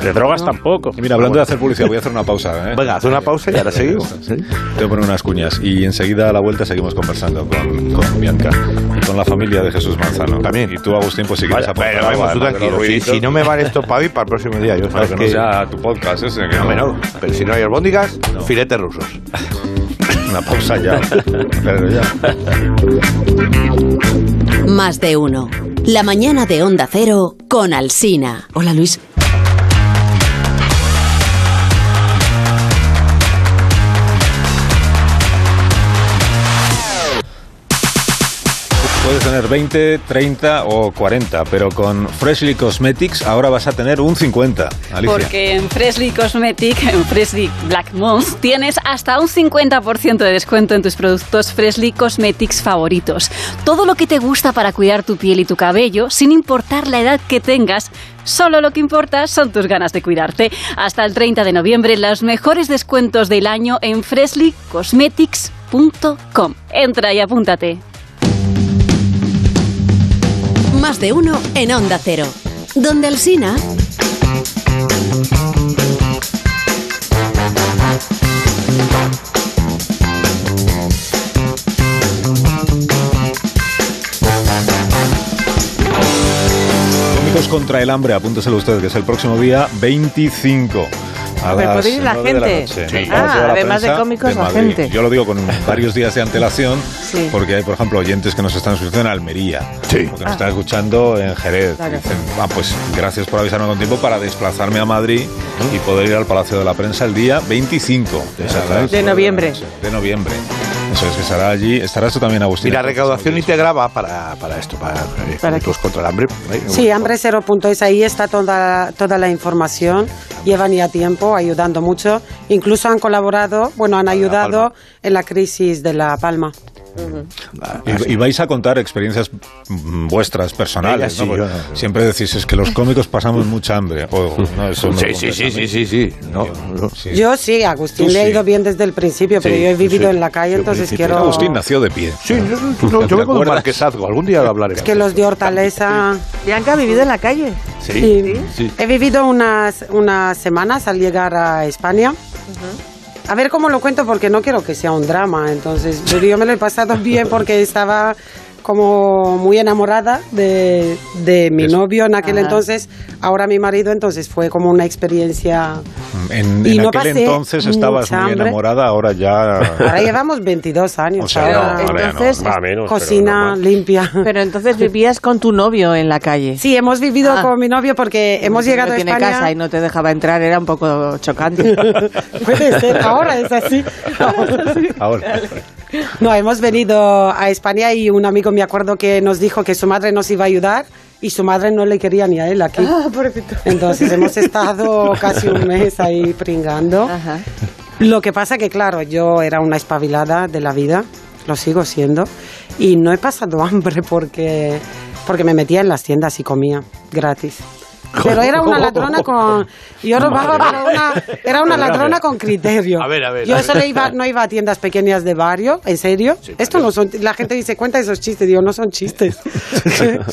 Speaker 2: [laughs]
Speaker 4: de drogas tampoco.
Speaker 1: Y mira, hablando de hacer publicidad, voy a hacer una pausa. ¿eh?
Speaker 2: Venga, haz una pausa y
Speaker 1: [laughs]
Speaker 2: ahora seguimos.
Speaker 1: Tengo que poner unas cuñas y enseguida a la vuelta seguimos conversando con, con Bianca y con la familia de Jesús Manzano.
Speaker 2: También.
Speaker 1: Y tú, Agustín, pues si quieres
Speaker 2: Vale,
Speaker 1: aportar
Speaker 2: pero
Speaker 1: algo,
Speaker 2: vamos,
Speaker 1: además
Speaker 2: tú
Speaker 1: de los
Speaker 2: tranquilo. Si,
Speaker 1: ruiditos,
Speaker 2: si no me vale esto para mí, para el próximo día. Yo
Speaker 1: Bueno,
Speaker 2: sabes
Speaker 1: que no
Speaker 2: que-
Speaker 1: sea tu podcast ese. Que
Speaker 2: No,
Speaker 1: no,
Speaker 2: hombre, no. Pero si no hay albóndigas, filetes rusos.
Speaker 1: Una pausa ya. Pero ya.
Speaker 10: [laughs] Más de uno. La mañana de Onda Cero con Alsina. Hola Luis.
Speaker 1: Puedes tener 20, 30 o 40, pero con Freshly Cosmetics ahora vas a tener un 50. Alicia.
Speaker 11: Porque en Freshly Cosmetic, en Freshly Black Month, tienes hasta un 50% de descuento en tus productos Freshly Cosmetics favoritos. Todo lo que te gusta para cuidar tu piel y tu cabello, sin importar la edad que tengas, solo lo que importa son tus ganas de cuidarte. Hasta el 30 de noviembre, los mejores descuentos del año en freshlycosmetics.com. Entra y apúntate.
Speaker 10: Más de uno en Onda Cero. Donde Alsina.
Speaker 1: Cómicos contra el hambre, apúnteselo usted, que es el próximo día 25. A
Speaker 3: Pero
Speaker 1: las
Speaker 3: puede ir la
Speaker 1: 9 de
Speaker 3: gente.
Speaker 1: noche,
Speaker 3: Sí.
Speaker 1: en el Palacio
Speaker 3: Ah,
Speaker 1: de la
Speaker 3: además de
Speaker 1: Prensa
Speaker 3: cómicos, la
Speaker 1: Madrid.
Speaker 3: gente.
Speaker 1: Yo lo digo con varios días de antelación,
Speaker 3: Sí.
Speaker 1: porque hay, por ejemplo, oyentes que nos están escuchando en Almería,
Speaker 2: Sí.
Speaker 1: o que nos están escuchando en Jerez.
Speaker 3: Claro.
Speaker 1: Dicen, ah, pues gracias por avisarme con tiempo para desplazarme a Madrid y poder ir al Palacio de la Prensa el día 25. O sea, ¿sabes?
Speaker 3: De noviembre.
Speaker 1: De noviembre. Eso es, que estará allí. Estarás tú también, Agustín.
Speaker 2: Y la recaudación íntegra va para, para esto, para, eh,
Speaker 3: ¿Para qué?
Speaker 2: Cómicos contra el hambre. ¿eh?
Speaker 5: Sí, hambre cero puntos. Ahí está toda, toda la información. Llevan ya tiempo ayudando mucho. Incluso han colaborado, bueno, han ayudado
Speaker 2: Ah, Palma.
Speaker 5: en la crisis de La Palma.
Speaker 2: Ah,
Speaker 1: Y- Y, vais a contar experiencias mm, vuestras, personales.
Speaker 2: Venga,
Speaker 1: ¿no?
Speaker 2: sí,
Speaker 1: Porque
Speaker 2: yo no.
Speaker 1: Siempre decís, es que los cómicos pasamos mucha hambre. O, no, eso no
Speaker 2: [laughs] ah.
Speaker 1: compensa,
Speaker 2: Sí, sí, sí,
Speaker 1: ¿no?
Speaker 2: sí, sí, sí. No, no.
Speaker 1: Sí.
Speaker 5: Yo sí, Agustín,
Speaker 1: Tú
Speaker 5: le he
Speaker 1: sí.
Speaker 5: ido bien desde el principio, pero
Speaker 2: Sí,
Speaker 5: yo he
Speaker 2: tú sí.
Speaker 5: vivido en la calle,
Speaker 2: Yo
Speaker 5: entonces
Speaker 2: principio.
Speaker 5: quiero...
Speaker 1: Agustín nació de pie.
Speaker 2: Sí, yo, [laughs] no, yo
Speaker 1: [laughs] ¿Te
Speaker 2: vengo de
Speaker 1: acuerdas?
Speaker 2: marquesazgo, algún día lo hablaremos.
Speaker 5: Es que los de Hortaleza...
Speaker 3: Bianca ha vivido en la calle.
Speaker 2: Sí, sí.
Speaker 5: He vivido unas, unas semanas al llegar a España. A ver cómo lo cuento porque no quiero que sea un drama. Entonces, pero yo me lo
Speaker 1: [laughs]
Speaker 5: he pasado bien porque estaba como muy enamorada de, de mi novio en aquel entonces, ahora mi marido, entonces fue como una experiencia...
Speaker 1: Mm, En,
Speaker 5: Y
Speaker 1: en
Speaker 5: no
Speaker 1: aquel
Speaker 5: pasé
Speaker 1: entonces estabas
Speaker 5: mucha
Speaker 1: muy
Speaker 5: hambre.
Speaker 1: enamorada, ahora ya...
Speaker 5: Ahora llevamos 22
Speaker 1: [laughs]
Speaker 5: años,
Speaker 1: O sea,
Speaker 5: ahora
Speaker 1: no, ahora ya no.
Speaker 3: entonces,
Speaker 4: Va menos, pero
Speaker 5: cocina
Speaker 4: normal.
Speaker 5: limpia.
Speaker 3: [laughs] Pero entonces vivías con tu novio en la calle.
Speaker 5: [laughs] Sí, hemos vivido
Speaker 3: Ah.
Speaker 5: con mi novio porque hemos
Speaker 3: Porque
Speaker 5: llegado
Speaker 3: no
Speaker 5: a
Speaker 3: tiene
Speaker 5: España.
Speaker 3: casa y no te dejaba entrar, era un poco chocante.
Speaker 5: [laughs] Puede ser, ahora
Speaker 3: [laughs]
Speaker 5: es así.
Speaker 1: [laughs] Ahora.
Speaker 5: No, hemos venido a España y un amigo me acuerdo que nos dijo que su madre nos iba a ayudar y su madre no le quería ni a él aquí. Entonces hemos estado casi un mes ahí pringando.
Speaker 3: Ajá.
Speaker 5: Lo que pasa que, claro, yo era una espabilada de la vida, lo sigo siendo, y [laughs] no he pasado hambre porque, porque me metía en las tiendas y comía gratis. Pero era una ladrona con. Yo robaba,
Speaker 2: Madre
Speaker 5: pero una, era una ladrona con criterio.
Speaker 2: A ver, a ver.
Speaker 5: Yo solo iba, no iba a tiendas pequeñas de barrio, en serio. Esto no son. La gente dice, cuenta esos chistes. Digo, no son
Speaker 2: [laughs]
Speaker 5: chistes. [laughs]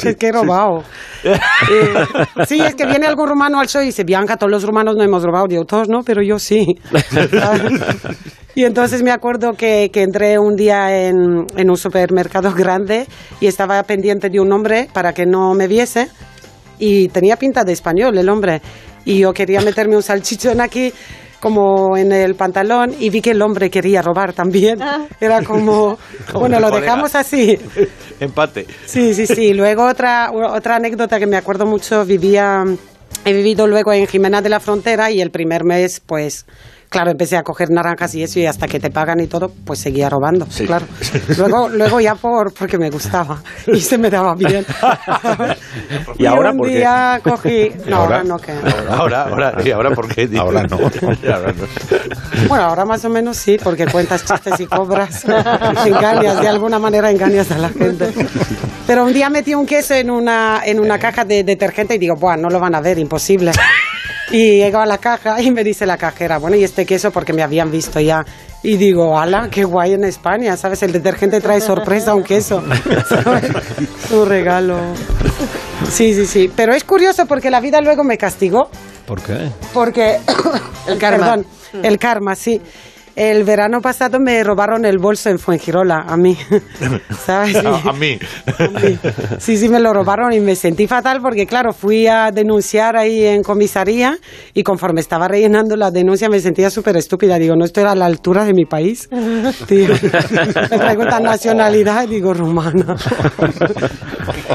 Speaker 5: es que he robado. Eh, sí, es que viene algún rumano al show y dice, Bianca, todos los rumanos no hemos robado. Digo, todos no, pero yo sí. [laughs] Y entonces me acuerdo que, que entré un día en, en un supermercado grande y estaba pendiente de un hombre para que no me viese y tenía pinta de español el hombre y yo quería meterme un salchichón aquí como en el pantalón y vi que el hombre quería robar también. Era como,
Speaker 2: Ah. Como
Speaker 5: bueno,
Speaker 2: tu
Speaker 5: lo
Speaker 2: colega.
Speaker 5: dejamos así.
Speaker 2: Empate.
Speaker 5: Sí, sí, sí. Luego otra, u- otra anécdota que me acuerdo mucho, vivía, he vivido luego en Jimena de la Frontera y el primer mes, pues, claro, empecé a coger naranjas y eso y hasta que te pagan y todo, pues seguía robando,
Speaker 2: [laughs]
Speaker 5: claro. Luego, luego ya por, porque me gustaba y se me daba bien.
Speaker 2: [laughs] ¿Y ahora
Speaker 5: un
Speaker 2: por qué?
Speaker 5: día cogí...
Speaker 2: ¿Y
Speaker 5: No,
Speaker 2: ahora?
Speaker 5: ahora no, que...
Speaker 2: Ahora, ahora, ¿y ahora por qué? Ahora [laughs] no. ahora no.
Speaker 5: Bueno, ahora más o menos sí, porque cuentas chistes y cobras. engañas, de alguna manera engañas a la gente. Pero un día metí un queso en una, en una caja de detergente y digo, Buah, no lo van a ver, imposible. Y llego a la caja y me dice la cajera, bueno, y este queso porque me habían visto ya. Y digo, ala, qué guay en España, ¿sabes? El detergente trae sorpresa a un queso. [laughs] ¿sabes? un regalo. Sí, sí, sí. Pero es curioso porque la vida luego me castigó.
Speaker 1: ¿Por qué?
Speaker 5: Porque el
Speaker 3: karma.
Speaker 5: Perdón, el karma, sí. El verano pasado me robaron el bolso en Fuengirola, a mí. [laughs] ¿Sabes?
Speaker 2: [laughs]
Speaker 1: Ah,
Speaker 2: A, a mí.
Speaker 5: Sí, sí, me lo robaron y me sentí fatal porque, claro, fui a denunciar ahí en comisaría y conforme estaba rellenando la denuncia me sentía súper estúpida. Digo, no estoy a la altura de mi país. Digo, [laughs] me preguntan nacionalidad y digo, rumana.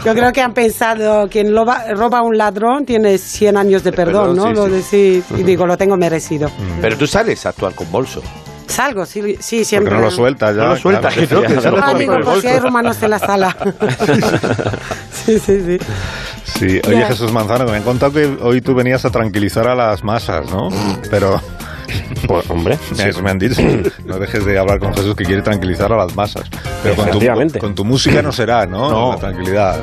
Speaker 5: Yo creo que han pensado, quien loba- roba a un ladrón tiene 100 años de perdón,
Speaker 2: Perdón,
Speaker 5: ¿no?
Speaker 2: sí,
Speaker 5: Lo
Speaker 2: sí.
Speaker 5: decí- y digo, lo tengo merecido.
Speaker 2: Pero tú sales a actuar con bolso.
Speaker 5: Salgo, sí, sí siempre.
Speaker 1: Porque no lo sueltas ya.
Speaker 2: No lo sueltas,
Speaker 1: claro.
Speaker 2: que no, que solo
Speaker 5: Ah,
Speaker 2: con
Speaker 5: digo,
Speaker 2: el
Speaker 5: por si hay
Speaker 2: bolso.
Speaker 5: rumanos en la sala. sí, sí, sí.
Speaker 1: Sí, oye
Speaker 5: Claro.
Speaker 1: Jesús Manzano, me han contado que hoy tú venías a tranquilizar a las masas, ¿no? Pero...
Speaker 4: Pues, hombre.
Speaker 1: Eso me han dicho. No dejes de hablar con Jesús que quiere tranquilizar a las masas. Pero con tu,
Speaker 4: Efectivamente.
Speaker 1: con tu música no será, ¿no? La tranquilidad.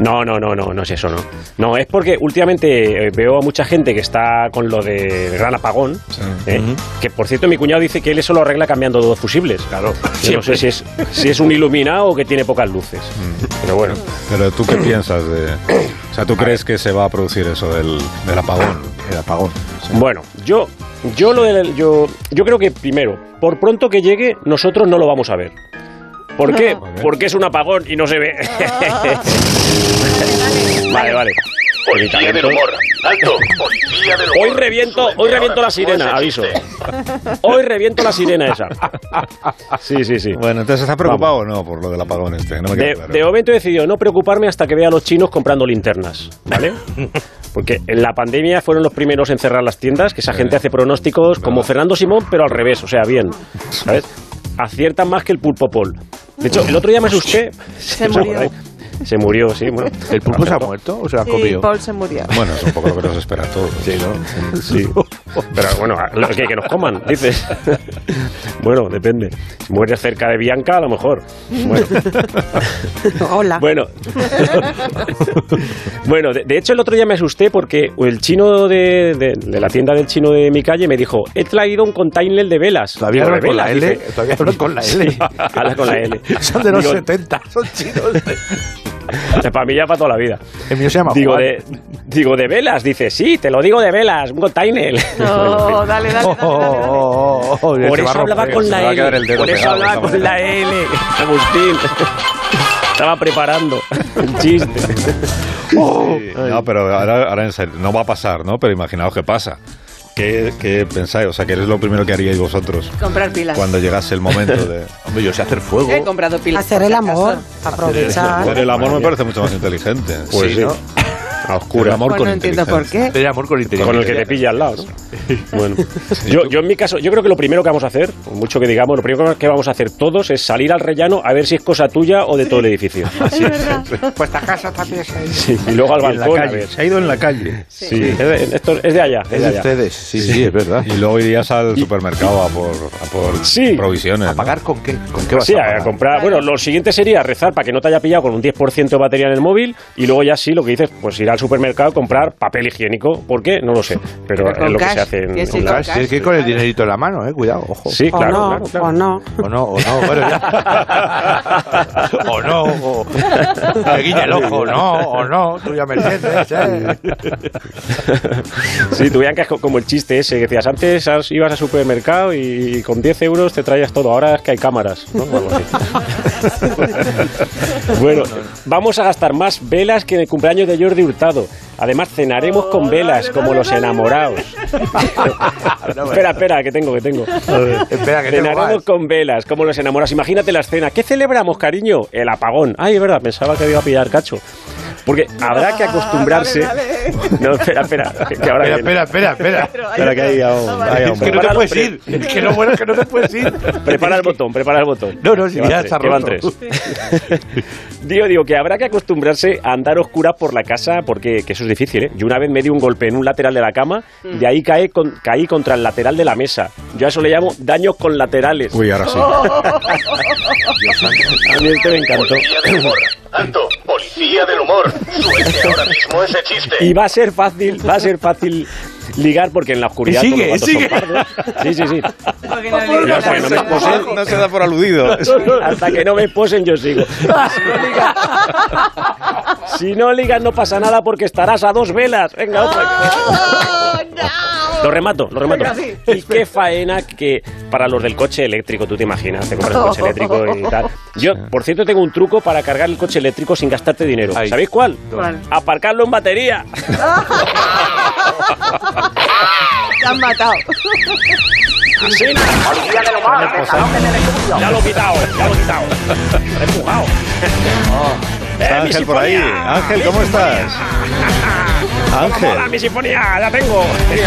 Speaker 4: No, no, no, no, no es eso, no. No, es porque últimamente eh, veo a mucha gente que está con lo de gran apagón. ¿eh? Que por cierto, mi cuñado dice que él eso lo arregla cambiando dos fusibles. Claro. no sé si es, si es un iluminado o que tiene pocas luces. Pero bueno.
Speaker 1: Pero tú qué piensas de... O sea, ¿tú crees que se va a producir eso del, del apagón? El apagón.
Speaker 4: Bueno, yo, yo, lo del- yo, yo creo que primero, por pronto que llegue, nosotros no lo vamos a ver. ¿Por qué? Porque es un apagón y no se ve. vale, vale.
Speaker 7: Policía del humor. Alto. Policía del humor.
Speaker 4: Hoy reviento, hoy reviento la sirena, aviso. Hoy reviento la sirena esa. Sí, sí, sí.
Speaker 1: Bueno, entonces ¿estás preocupado o no por lo del apagón este? No me queda
Speaker 4: De,
Speaker 1: claro.
Speaker 4: de momento he decidido no preocuparme hasta que vea a los chinos comprando linternas,
Speaker 2: [laughs]
Speaker 4: ¿vale? Porque en la pandemia fueron los primeros en cerrar las tiendas, que esa gente hace pronósticos como Fernando Simón, pero al revés, o sea, bien, ¿sabes? Aciertan más que el pulpo Paul. De hecho, el otro día me asusté.
Speaker 3: Se
Speaker 4: [laughs]
Speaker 3: murió.
Speaker 4: Se murió, sí, bueno.
Speaker 2: ¿El pulpo se ha muerto o se lo han
Speaker 3: Sí,
Speaker 2: comido?
Speaker 3: Paul se murió.
Speaker 1: Bueno, es un poco lo que nos espera a todos.
Speaker 2: Sí, ¿no?
Speaker 4: Sí. Pero bueno, lo que, que nos coman, dices.
Speaker 2: [laughs]
Speaker 4: Bueno, depende. Si mueres cerca de Bianca, a lo mejor.
Speaker 2: [laughs]
Speaker 4: Bueno.
Speaker 5: Hola.
Speaker 4: Bueno, [laughs] bueno de, de hecho el otro día me asusté porque el chino de, de- de la tienda del chino de mi calle me dijo, he traído un container de velas.
Speaker 2: Todavía
Speaker 4: Digo,
Speaker 2: hablan
Speaker 4: "¿De
Speaker 2: con la
Speaker 4: velas?".
Speaker 2: L.
Speaker 4: Dice,
Speaker 2: Todavía hablan con la L.
Speaker 4: Sí, [laughs] habla con la L.
Speaker 2: [laughs] Son de los
Speaker 4: Digo,
Speaker 2: 70, son [laughs] chinos.
Speaker 4: o sea, para mí ya para toda la vida.
Speaker 2: El mío se llama
Speaker 4: Digo
Speaker 2: Juan.
Speaker 4: de, digo, de velas. Dice, sí, te lo digo de velas, un container.
Speaker 3: No, dale, dale, dale,
Speaker 2: Oh,
Speaker 3: dale, dale.
Speaker 2: oh, oh, oh, se
Speaker 4: Por
Speaker 2: va
Speaker 4: eso
Speaker 2: a
Speaker 4: hablaba
Speaker 2: romper,
Speaker 4: con
Speaker 2: se me va
Speaker 4: la
Speaker 2: a quedar el
Speaker 4: L.
Speaker 2: dedo
Speaker 4: Por eso
Speaker 2: pegado,
Speaker 4: hablaba
Speaker 2: vamos.
Speaker 4: con la L. Agustín. [laughs] Estaba preparando el chiste.
Speaker 1: Sí, No, pero ahora, ahora en serio, no va a pasar, ¿no? Pero imaginaos que pasa. ¿Qué, qué pensáis? O sea, ¿qué es lo primero que haríais vosotros
Speaker 3: Comprar pilas.
Speaker 1: cuando llegase el momento de...
Speaker 2: Hombre, yo sé hacer fuego.
Speaker 3: He comprado pilas.
Speaker 5: Hacer
Speaker 3: por
Speaker 5: el
Speaker 3: si acaso.
Speaker 5: amor, aprovechar.
Speaker 1: Pero el amor me parece mucho más inteligente.
Speaker 2: Pues sí. ¿no?
Speaker 1: A oscura. El amor
Speaker 3: Pues
Speaker 1: con
Speaker 3: no entiendo por
Speaker 1: inteligencia.
Speaker 3: qué.
Speaker 2: Tener amor con inteligencia.
Speaker 4: Con el que te pilla al lado, ¿no? [laughs] Bueno, yo, yo en mi caso, yo creo que lo primero que vamos a hacer, por mucho que digamos, lo primero que vamos a hacer todos es salir al rellano a ver si es cosa tuya o de todo el [laughs] edificio.
Speaker 2: Pues esta casa también es ahí.
Speaker 4: Sí, y luego al
Speaker 1: Y en la
Speaker 4: balcón a
Speaker 1: calle,
Speaker 4: ver.
Speaker 1: Se ha ido en la calle.
Speaker 4: Sí, es de, esto es de allá, es de
Speaker 2: Es de
Speaker 4: allá.
Speaker 2: ustedes. Sí, sí, es verdad.
Speaker 1: Y luego irías al supermercado a por, a por
Speaker 4: Sí.
Speaker 1: provisiones.
Speaker 2: ¿A
Speaker 1: ¿no?
Speaker 2: pagar con qué? ¿Con qué vas
Speaker 4: Sí,
Speaker 2: a
Speaker 4: a
Speaker 2: pagar?
Speaker 4: comprar. Bueno, lo siguiente sería rezar para que no te haya pillado con un 10% de batería en el móvil y luego ya sí, lo que dices, pues si ir al supermercado a comprar papel higiénico. ¿Por qué? No lo sé. Pero
Speaker 2: Pero con
Speaker 4: es lo que
Speaker 2: cash,
Speaker 4: se hace en,
Speaker 2: tienes que
Speaker 4: en
Speaker 2: ir
Speaker 4: la-
Speaker 2: con cash. Tienes que ir Ah, con el dinerito en la mano, eh, cuidado, ojo.
Speaker 4: Sí,
Speaker 5: o,
Speaker 4: claro,
Speaker 5: no,
Speaker 4: claro,
Speaker 5: o no.
Speaker 2: O no, o no, bueno, ya. O no, o me guiña el ojo, no, o no, tú ya me entiendes, eh.
Speaker 4: [laughs] Sí, tuvieran que es co- como el chiste ese que decías antes has- ibas al supermercado y con 10 euros te traías todo. Ahora es que hay cámaras. ¿no? O algo así. bueno, vamos a gastar más velas que en el cumpleaños de Jordi Hurtado. Además, cenaremos con velas como los enamorados. Espera, espera, que tengo, que tengo.
Speaker 2: Espera, que tengo
Speaker 4: Cenaremos
Speaker 2: más.
Speaker 4: con velas, como los enamorados. Imagínate la escena. ¿Qué celebramos, cariño? El apagón. Ay, es verdad, pensaba que iba a pillar cacho. Porque habrá que acostumbrarse. [laughs] No, espera, espera. Que ahora
Speaker 2: Espera,
Speaker 4: viene.
Speaker 2: espera, espera, espera.
Speaker 4: Espera, que ahí aún- ahí aún-
Speaker 2: Es que no te
Speaker 4: Prepara-
Speaker 2: puedes
Speaker 4: pre-
Speaker 2: ir, es que no, bueno, es que no te puedes ir.
Speaker 4: Prepara el botón, prepara el botón.
Speaker 2: No, no, si
Speaker 4: Que van
Speaker 2: ya
Speaker 4: tres,
Speaker 2: está
Speaker 4: que van
Speaker 2: roto.
Speaker 4: tres. [laughs] digo, digo, que habrá que acostumbrarse a andar oscura por la casa porque que eso es difícil, ¿eh? Yo una vez me di un golpe en un lateral de la cama, de ahí caí, con- caí contra el lateral de la mesa. Yo a eso le llamo daños con laterales.
Speaker 1: Uy, ahora sí.
Speaker 4: A mí este me
Speaker 7: Policía
Speaker 4: encantó.
Speaker 7: del humor. Alto, policía del humor. Suelte ahora mismo ese chiste.
Speaker 4: Y va a ser fácil, va a ser fácil ligar porque en la oscuridad
Speaker 7: Y sigue,
Speaker 4: todos los gatos
Speaker 7: y sigue.
Speaker 4: son pardos. Sí, sí,
Speaker 7: le-
Speaker 4: sí. Y hasta que no me esposen-
Speaker 1: No se da por aludido.
Speaker 4: Hasta que no me esposen yo sigo. Si no ligas no pasa nada porque estarás a dos velas. Venga, otra. Lo remato, lo remato.
Speaker 7: Venga, sí.
Speaker 4: Y qué faena que para los del coche eléctrico, tú te imaginas, te compras un coche eléctrico y tal. Yo, por cierto, tengo un truco para cargar el coche eléctrico sin gastarte dinero. ¿Sabéis cuál?
Speaker 3: ¿Cuál?
Speaker 4: Aparcarlo en batería.
Speaker 3: Te han matado.
Speaker 7: Policía del humor.
Speaker 4: Ya lo he quitado, eh, ya lo he quitado. Eh, Lo he empujado.
Speaker 1: Está Oh, Ángel por ahí. Ángel, ¿cómo estás?
Speaker 4: Hola,
Speaker 1: Ángel.
Speaker 4: mi sinfonía, la tengo. Eh,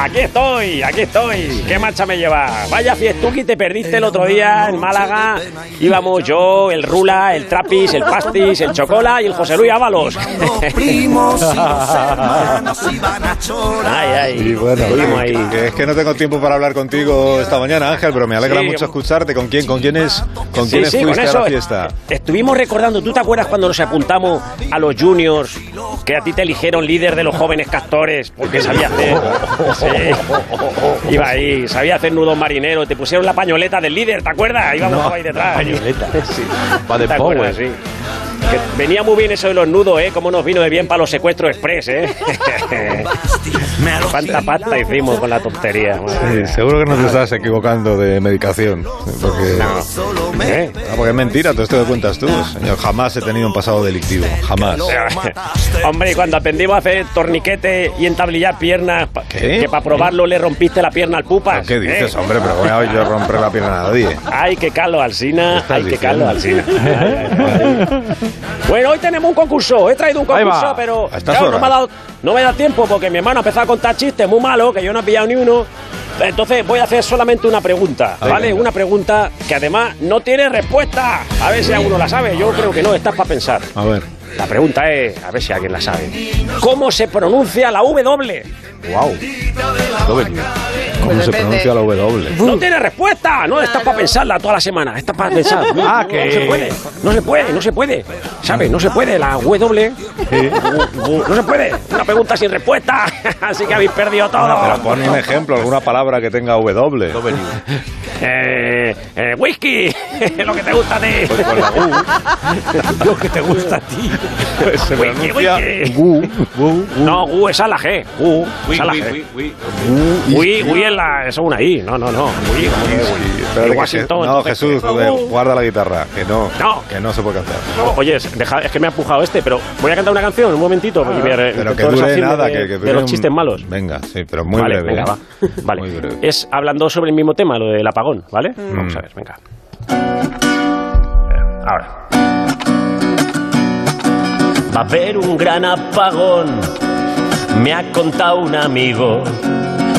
Speaker 4: Aquí estoy, aquí estoy. ¿Qué marcha me lleva? Vaya fiestuki te perdiste el otro día en Málaga. Íbamos yo, el Rula, el Trapis, el Pastis, el Chocola y el José Luis Ábalos. [laughs]
Speaker 12: primos y los
Speaker 1: hermanos
Speaker 12: iban a
Speaker 4: Ay, ay.
Speaker 1: Y bueno,
Speaker 4: Seguimos ahí.
Speaker 1: que es que no tengo tiempo para hablar contigo esta mañana, Ángel, pero me alegra
Speaker 4: Sí,
Speaker 1: mucho escucharte. ¿Con quién, con quién es, con
Speaker 4: Sí,
Speaker 1: quién
Speaker 4: sí, con
Speaker 1: fuiste a
Speaker 4: eso.
Speaker 1: la fiesta?
Speaker 4: Estuvimos recordando, ¿tú te acuerdas cuando nos apuntamos a los juniors que a ti te eligieron líder de los jóvenes castores porque
Speaker 1: [laughs]
Speaker 4: sabía hacer? Sí. Iba ahí, sabía hacer nudos marineros, te pusieron la pañoleta del líder, ¿te acuerdas? Íbamos ahí detrás. Sí.
Speaker 2: Va de
Speaker 4: ¿Te acuerdas?
Speaker 2: power.
Speaker 4: Sí. Que venía muy bien eso de los nudos, ¿eh? Cómo nos vino de bien para los secuestros express, ¿eh? [laughs] Cuánta pasta hicimos con la tontería. madre
Speaker 1: Sí, Eh, seguro que no te estás equivocando de medicación. Porque,
Speaker 4: mía. ¿Eh?
Speaker 1: Ah, porque es mentira, todo esto que cuentas tú.
Speaker 4: Ah.
Speaker 1: Señor, jamás he tenido un pasado delictivo. Jamás.
Speaker 4: [laughs] Hombre, cuando aprendimos a hacer torniquete y entablillar piernas, pa- que para probarlo le rompiste la pierna al pupas.
Speaker 1: ¿Qué dices,
Speaker 4: ¿eh?
Speaker 1: hombre? Pero voy a yo romper la pierna a nadie.
Speaker 4: Ay, qué calo Alsina, ay, qué calo Alsina.
Speaker 1: [laughs]
Speaker 4: Ay, ay, ay. Bueno, hoy tenemos un concurso, he traído un
Speaker 2: Ahí va.
Speaker 4: concurso, pero
Speaker 1: A estas
Speaker 4: claro, no,
Speaker 1: horas.
Speaker 4: me ha dado, no me da tiempo porque mi hermano ha empezado a contar chistes muy malos, que yo no he pillado ni uno. Entonces voy a hacer solamente una pregunta,
Speaker 1: Ahí,
Speaker 4: ¿vale?
Speaker 1: venga.
Speaker 4: Una pregunta que además no tiene respuesta. A ver si alguno la sabe, yo creo que no, estás para pensar.
Speaker 1: A ver.
Speaker 4: La pregunta es, a ver si alguien la sabe. ¿Cómo se pronuncia la W?
Speaker 2: Wow.
Speaker 1: ¿Cómo se pronuncia la W?
Speaker 4: No tiene respuesta. No, está para pensarla toda la semana. Está para
Speaker 1: [laughs]
Speaker 4: pensar. No,
Speaker 2: Ah,
Speaker 4: no,
Speaker 2: que-
Speaker 4: no se puede. No se puede, no se puede. ¿Sabes? No se puede. La W. No se puede. Una pregunta sin respuesta. [laughs] Así que habéis perdido
Speaker 1: Pero
Speaker 4: todo.
Speaker 1: pon un ejemplo, alguna palabra que tenga W.
Speaker 4: Eh, eh, whisky. [laughs] Lo que te gusta a ti. [laughs] Lo que te gusta a ti.
Speaker 1: Pues se
Speaker 4: Whisky,
Speaker 1: pronuncia
Speaker 4: whisky.
Speaker 1: gu, gu,
Speaker 4: No, U es a la G. U, es a la G.
Speaker 1: Uh,
Speaker 4: Uy, uy, es la, eso es una I. No, no, no. Uy, uy, uy.
Speaker 1: Espérate que
Speaker 4: Washington,
Speaker 1: se- no,
Speaker 4: entonces-
Speaker 1: Jesús, eh, guarda la guitarra, que no,
Speaker 4: uh. No.
Speaker 1: que no se puede cantar.
Speaker 4: O- Oye, es, deja- es que me ha empujado este, pero voy a cantar una canción un momentito. porque me-
Speaker 1: Ah, Pero que
Speaker 4: todo
Speaker 1: dure
Speaker 4: deshaciendo
Speaker 1: nada,
Speaker 4: de,
Speaker 1: que, que
Speaker 4: de
Speaker 1: dure
Speaker 4: eh, los
Speaker 1: un-
Speaker 4: chistes malos.
Speaker 1: Venga, sí, pero muy
Speaker 4: vale,
Speaker 1: breve.
Speaker 4: venga,
Speaker 1: ¿eh? [laughs]
Speaker 4: va. Vale.
Speaker 1: Muy breve. Mm.
Speaker 4: Es hablando sobre el mismo tema, lo del apagón, ¿vale? Vamos a ver, venga.
Speaker 1: Eh,
Speaker 4: Ahora. Va a haber un gran apagón, me ha contado un amigo.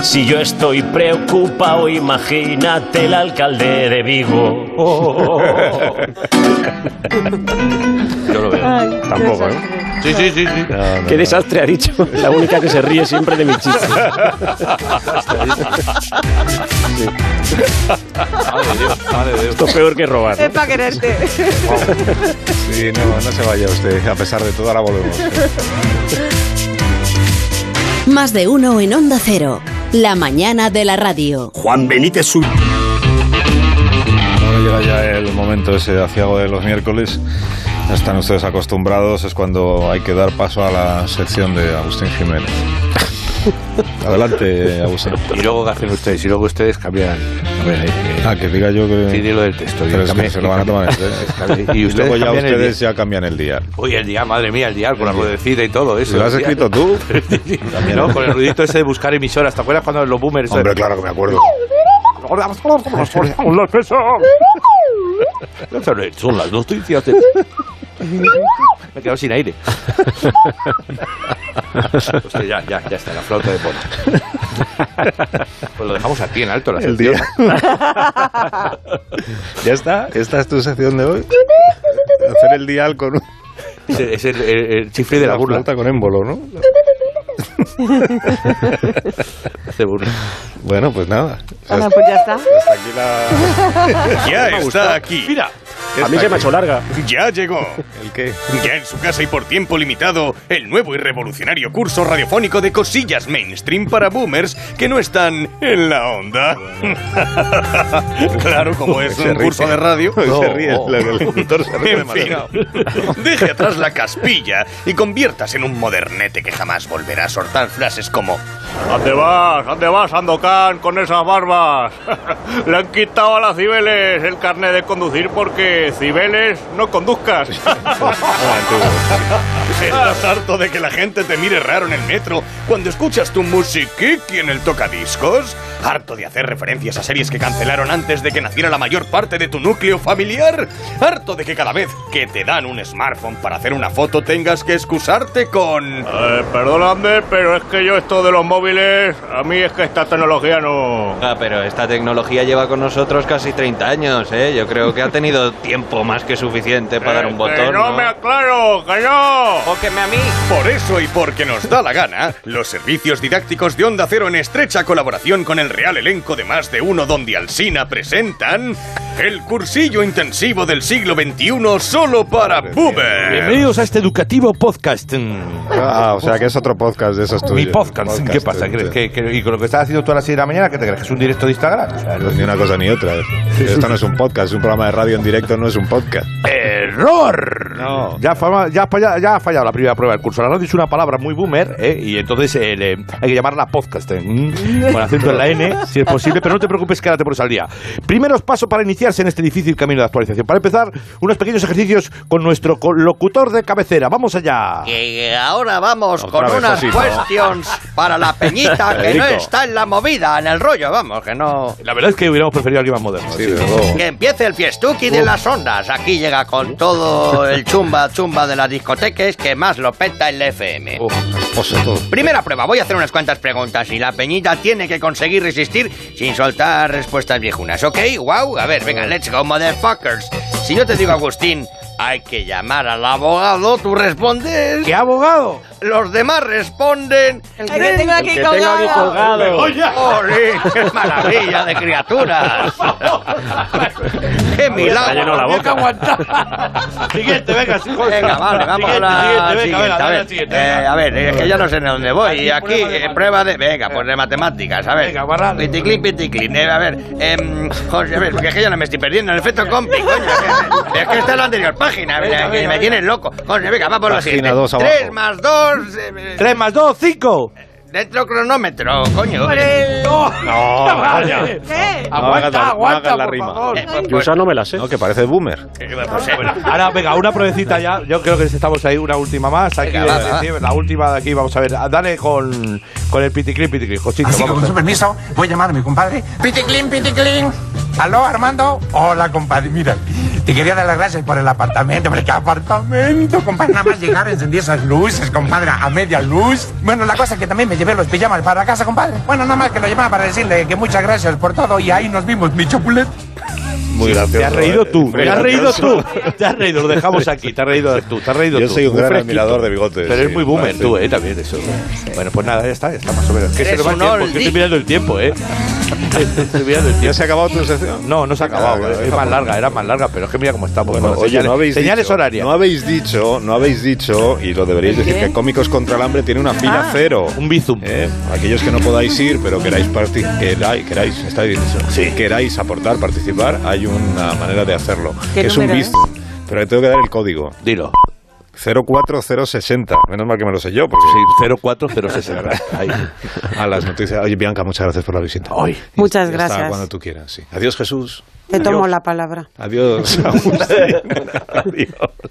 Speaker 13: Si yo estoy preocupado, imagínate el alcalde de Vigo.
Speaker 2: Yo lo veo.
Speaker 4: Tampoco, ¿eh?
Speaker 2: Sí, sí, sí. sí.
Speaker 4: Qué desastre ha dicho. La única que se ríe siempre de mi
Speaker 1: [laughs]
Speaker 4: chiste.
Speaker 2: Madre de Dios, madre de Dios.
Speaker 4: Esto es peor que robar.
Speaker 3: Es para
Speaker 4: [laughs]
Speaker 3: quererte.
Speaker 1: Sí, no, no se vaya usted. A pesar de todo, ahora volvemos.
Speaker 10: Más de uno en Onda Cero. La mañana de la radio.
Speaker 1: Juan Benítez Sur. Ahora llega ya el momento ese aciago de los miércoles. Ya están ustedes acostumbrados. Es cuando hay que dar paso a la sección de Agustín Jiménez. Adelante, Agustín.
Speaker 2: Y luego, ¿qué hacen ustedes? Y luego ustedes cambian. A ver, eh,
Speaker 1: Ah, que diga yo que...
Speaker 2: Sí, dilo del texto.
Speaker 1: Pero es que
Speaker 2: Cambian-
Speaker 1: se lo van a
Speaker 2: [laughs]
Speaker 1: tomar en
Speaker 2: cambian-
Speaker 1: serio.
Speaker 2: y
Speaker 1: Y
Speaker 2: ustedes
Speaker 1: luego ya
Speaker 2: cambian el
Speaker 1: ustedes ya cambian el día.
Speaker 2: Uy, el día, madre mía, el día con la ruedecita y todo eso.
Speaker 1: ¿Lo has
Speaker 2: El día. [laughs]
Speaker 1: escrito tú?
Speaker 2: no, con el ruidito ese de buscar emisoras. ¿Te acuerdas cuando los boomers...
Speaker 1: Hombre, claro que me acuerdo.
Speaker 2: Son las [laughs] pesas. Son las noticias. de- Me he quedado sin [laughs] aire. Hostia, ya, ya, ya está, la flauta de polo. Pues lo dejamos aquí en alto la
Speaker 1: El
Speaker 2: sección.
Speaker 1: día. [laughs] ¿Ya está? ¿Esta es tu sección de hoy? Hacer el dial con un...
Speaker 2: Es el, es el- el- el chifre de la burla.
Speaker 1: flauta con émbolo, ¿no?
Speaker 2: Hace burla.
Speaker 1: Bueno, pues nada.
Speaker 3: Bueno, pues ya está.
Speaker 1: Aquí la... Me
Speaker 14: Ya
Speaker 1: ha
Speaker 14: está
Speaker 1: gustado.
Speaker 14: aquí.
Speaker 2: Mira,
Speaker 1: a mí se me ha hecho
Speaker 4: larga.
Speaker 14: Ya llegó.
Speaker 1: ¿El qué?
Speaker 14: Ya en su casa y por tiempo limitado, el nuevo y revolucionario curso radiofónico de cosillas mainstream para boomers que no están en la
Speaker 1: [laughs]
Speaker 14: onda. claro, como es
Speaker 1: Se
Speaker 14: un
Speaker 1: ríe.
Speaker 14: curso
Speaker 1: [laughs]
Speaker 14: de radio.
Speaker 1: Se ríe, el- el locutor se [laughs] ríe de
Speaker 14: En fin, deje atrás la caspilla y conviertas en un modernete que jamás volverá a soltar frases como
Speaker 15: ¿Dónde vas? ¿Dónde vas, Andocán, con esas barbas? Le han quitado a la Cibeles el carnet de conducir porque Cibeles no conduzcas.
Speaker 14: Estás harto de que la gente te mire raro en el metro cuando escuchas tu musiquiqui en el tocadiscos. Harto de hacer referencias a series que cancelaron antes de que naciera la mayor parte de tu núcleo familiar. Harto de que cada vez que te dan un smartphone para hacer una foto tengas que excusarte con.
Speaker 15: Eh, perdona, Ander, pero es que yo esto de los móviles, a mí es que esta tecnología no...
Speaker 16: Ah, pero esta tecnología lleva con nosotros casi 30 años, ¿eh? Yo creo que ha tenido tiempo más que suficiente para dar un
Speaker 15: que
Speaker 16: botón.
Speaker 15: Eh, no,
Speaker 16: ¿no?
Speaker 15: me aclaro, que no.
Speaker 16: O que me a mí.
Speaker 14: "Oh". Por eso y porque nos da la gana, los servicios didácticos de Onda Cero en estrecha colaboración con el real elenco de Más de Uno donde Alsina presentan el cursillo intensivo del siglo XXI solo para boomers.
Speaker 2: Bienvenidos a este educativo podcast. mm,
Speaker 1: Ah, o sea que es otro podcast de esos tuyos.
Speaker 2: Mi podcast. este. ¿Qué pasa? ¿Crees
Speaker 1: sí.
Speaker 2: que, que- ¿Y con lo que estás haciendo tú a las 6 de la mañana, qué te crees? ¿Que es un directo de Instagram? O sea,
Speaker 1: Pues ni una cosa ni otra. Esto no es un podcast, es un programa de radio en directo, no es un podcast.
Speaker 2: ¡Error! Ya, fama- ya, ha falla- ya ha fallado la primera prueba del curso. La radio es una palabra muy boomer, ¿eh? y entonces eh, le- hay que llamarla podcast. ¿eh? [laughs] Mm, Con acento en la N, si es posible, pero no te preocupes que ahora te pones al día. Primeros pasos para iniciarse en este difícil camino de actualización. Para empezar, unos pequeños ejercicios con nuestro co- locutor de cabecera. ¡Vamos allá!
Speaker 6: Que ahora vamos con
Speaker 2: vez,
Speaker 6: unas
Speaker 2: Osito.
Speaker 6: cuestiones para la
Speaker 2: [laughs]
Speaker 6: peñita que no
Speaker 2: Federico.
Speaker 6: está en la movida, en el rollo, vamos, que no...
Speaker 2: La verdad es que hubiéramos preferido alguien más moderno. Sí, desde luego.
Speaker 6: Que empiece el fiestuki de
Speaker 2: Uf.
Speaker 6: las ondas. Aquí llega con todo el chumba chumba de las discotecas que más lo peta el FM.
Speaker 2: Pues
Speaker 6: Primera prueba, voy a hacer unas cuantas preguntas y la peñita tiene que conseguir resistir sin soltar respuestas viejunas, ¿ok? Wow, a ver, venga, let's go, motherfuckers. Si yo te digo, Agustín, hay que llamar al abogado, tú respondes...
Speaker 2: ¿Qué abogado?
Speaker 6: Los demás responden... El
Speaker 3: que tengo aquí El que tengo colgado. aquí colgado.
Speaker 6: ¡Oye! ¡Qué maravilla de [laughs] criaturas! ¡Qué
Speaker 2: Está lleno la
Speaker 6: milagro!
Speaker 2: boca. Siguiente, venga,
Speaker 6: Venga, vale, vamos
Speaker 2: Siguiente,
Speaker 6: a
Speaker 2: siguiente, venga,
Speaker 6: la
Speaker 2: venga,
Speaker 6: siguiente, a
Speaker 2: dale
Speaker 6: ver.
Speaker 2: al siguiente, venga.
Speaker 6: Eh, a ver, es que ya no sé en dónde voy.
Speaker 2: Aquí,
Speaker 6: Y aquí,
Speaker 2: prueba de
Speaker 6: eh, prueba de... Venga, pues de matemáticas, a ver. Venga, barral. Piticlin, piticlin. Eh, a ver, em, Jorge, a ver, porque es que ya no me estoy perdiendo. El efecto compi, coño. que- Es que está en la anterior página.
Speaker 2: Venga,
Speaker 6: Venga, que
Speaker 2: venga,
Speaker 6: me tienes loco. Jorge, venga, vamos a lo
Speaker 1: Página
Speaker 6: siguiente.
Speaker 1: dos abajo.
Speaker 6: Tres más dos... eh, eh,
Speaker 2: 3 más 2, 5.
Speaker 6: Dentro cronómetro, coño.
Speaker 2: [laughs]
Speaker 1: No, vaya.
Speaker 6: ¿Qué?
Speaker 1: No hagas la- no hagas la rima.
Speaker 4: Yo esa no me la sé.
Speaker 1: No, que parece boomer.
Speaker 6: eh,
Speaker 2: Ahora, venga, una pruebecita ya. Yo creo que estamos ahí, una última más. Aquí,
Speaker 1: Venga,
Speaker 2: de-
Speaker 1: va, va.
Speaker 2: de- la última de aquí, vamos a ver. Ah, Dale con, con el piticlin, piticlin, Josito.
Speaker 12: Así que
Speaker 2: vamos
Speaker 12: con
Speaker 2: a
Speaker 12: su
Speaker 2: ver.
Speaker 12: permiso, voy a llamar a mi compadre. Piticlin, piticlin.
Speaker 5: Aló, Armando. Hola, compadre. Mira, te quería dar las gracias por el apartamento. Hombre, qué apartamento, compadre. Nada más llegar, encendí esas luces, compadre, a media luz. Bueno, la cosa es que también me llevé los pijamas para casa, compadre. Bueno, nada más que lo llamaba para decirle que muchas gracias por todo y ahí nos vimos, mi chopulet.
Speaker 2: Muy gracioso. Te has
Speaker 1: ¿eh?
Speaker 2: reído tú,
Speaker 5: Muy
Speaker 2: te has reído tú.
Speaker 5: gracioso.
Speaker 2: Te has reído, lo dejamos aquí, te has reído tú, te has reído
Speaker 1: Yo
Speaker 2: tú.
Speaker 1: soy un
Speaker 2: Muy
Speaker 1: gran
Speaker 2: fresquito.
Speaker 1: admirador de bigotes,
Speaker 2: Pero eres
Speaker 1: sí,
Speaker 2: muy boomer
Speaker 1: parece.
Speaker 2: tú, eh, también eso. Bueno, pues nada, ya está, ya está más o menos. Que se
Speaker 1: Eres
Speaker 2: nos va el
Speaker 1: un
Speaker 2: tiempo,
Speaker 1: oldie.
Speaker 2: que estoy mirando el tiempo, eh. [laughs] Estoy mirando el tiempo.
Speaker 1: ¿Ya se ha acabado tu sección? Ah,
Speaker 2: No, no se ha acabado. eh, es más larga, era más larga, pero es que mira cómo estamos.
Speaker 1: Bueno,
Speaker 2: con las
Speaker 1: oye,
Speaker 2: señales,
Speaker 1: no habéis
Speaker 2: señales
Speaker 1: dicho,
Speaker 2: horarias.
Speaker 1: No habéis dicho, no habéis dicho, y lo deberíais
Speaker 2: ¿El
Speaker 1: decir,
Speaker 2: qué?
Speaker 1: que Cómicos contra el Hambre tiene una fila
Speaker 2: Ah,
Speaker 1: cero.
Speaker 2: Un bizum.
Speaker 1: Eh. Aquellos que no podáis ir, pero queráis participar, queráis, queráis, está bien dicho. queráis aportar, participar, hay una manera de hacerlo.
Speaker 17: ¿Qué
Speaker 1: que es un
Speaker 17: número es?
Speaker 1: bizum, pero le tengo que dar el código.
Speaker 2: Dilo.
Speaker 1: 04060. Menos mal que me lo sé yo. Porque...
Speaker 2: Sí,
Speaker 1: [laughs]
Speaker 2: 04060.
Speaker 1: A las noticias. Oye, Bianca, muchas gracias por la visita.
Speaker 2: [laughs]
Speaker 1: Hoy.
Speaker 18: Muchas
Speaker 1: Hasta
Speaker 18: gracias.
Speaker 1: cuando tú quieras, sí. Adiós, Jesús.
Speaker 18: Te tomo la palabra.
Speaker 1: Adiós, Agustín. Adiós.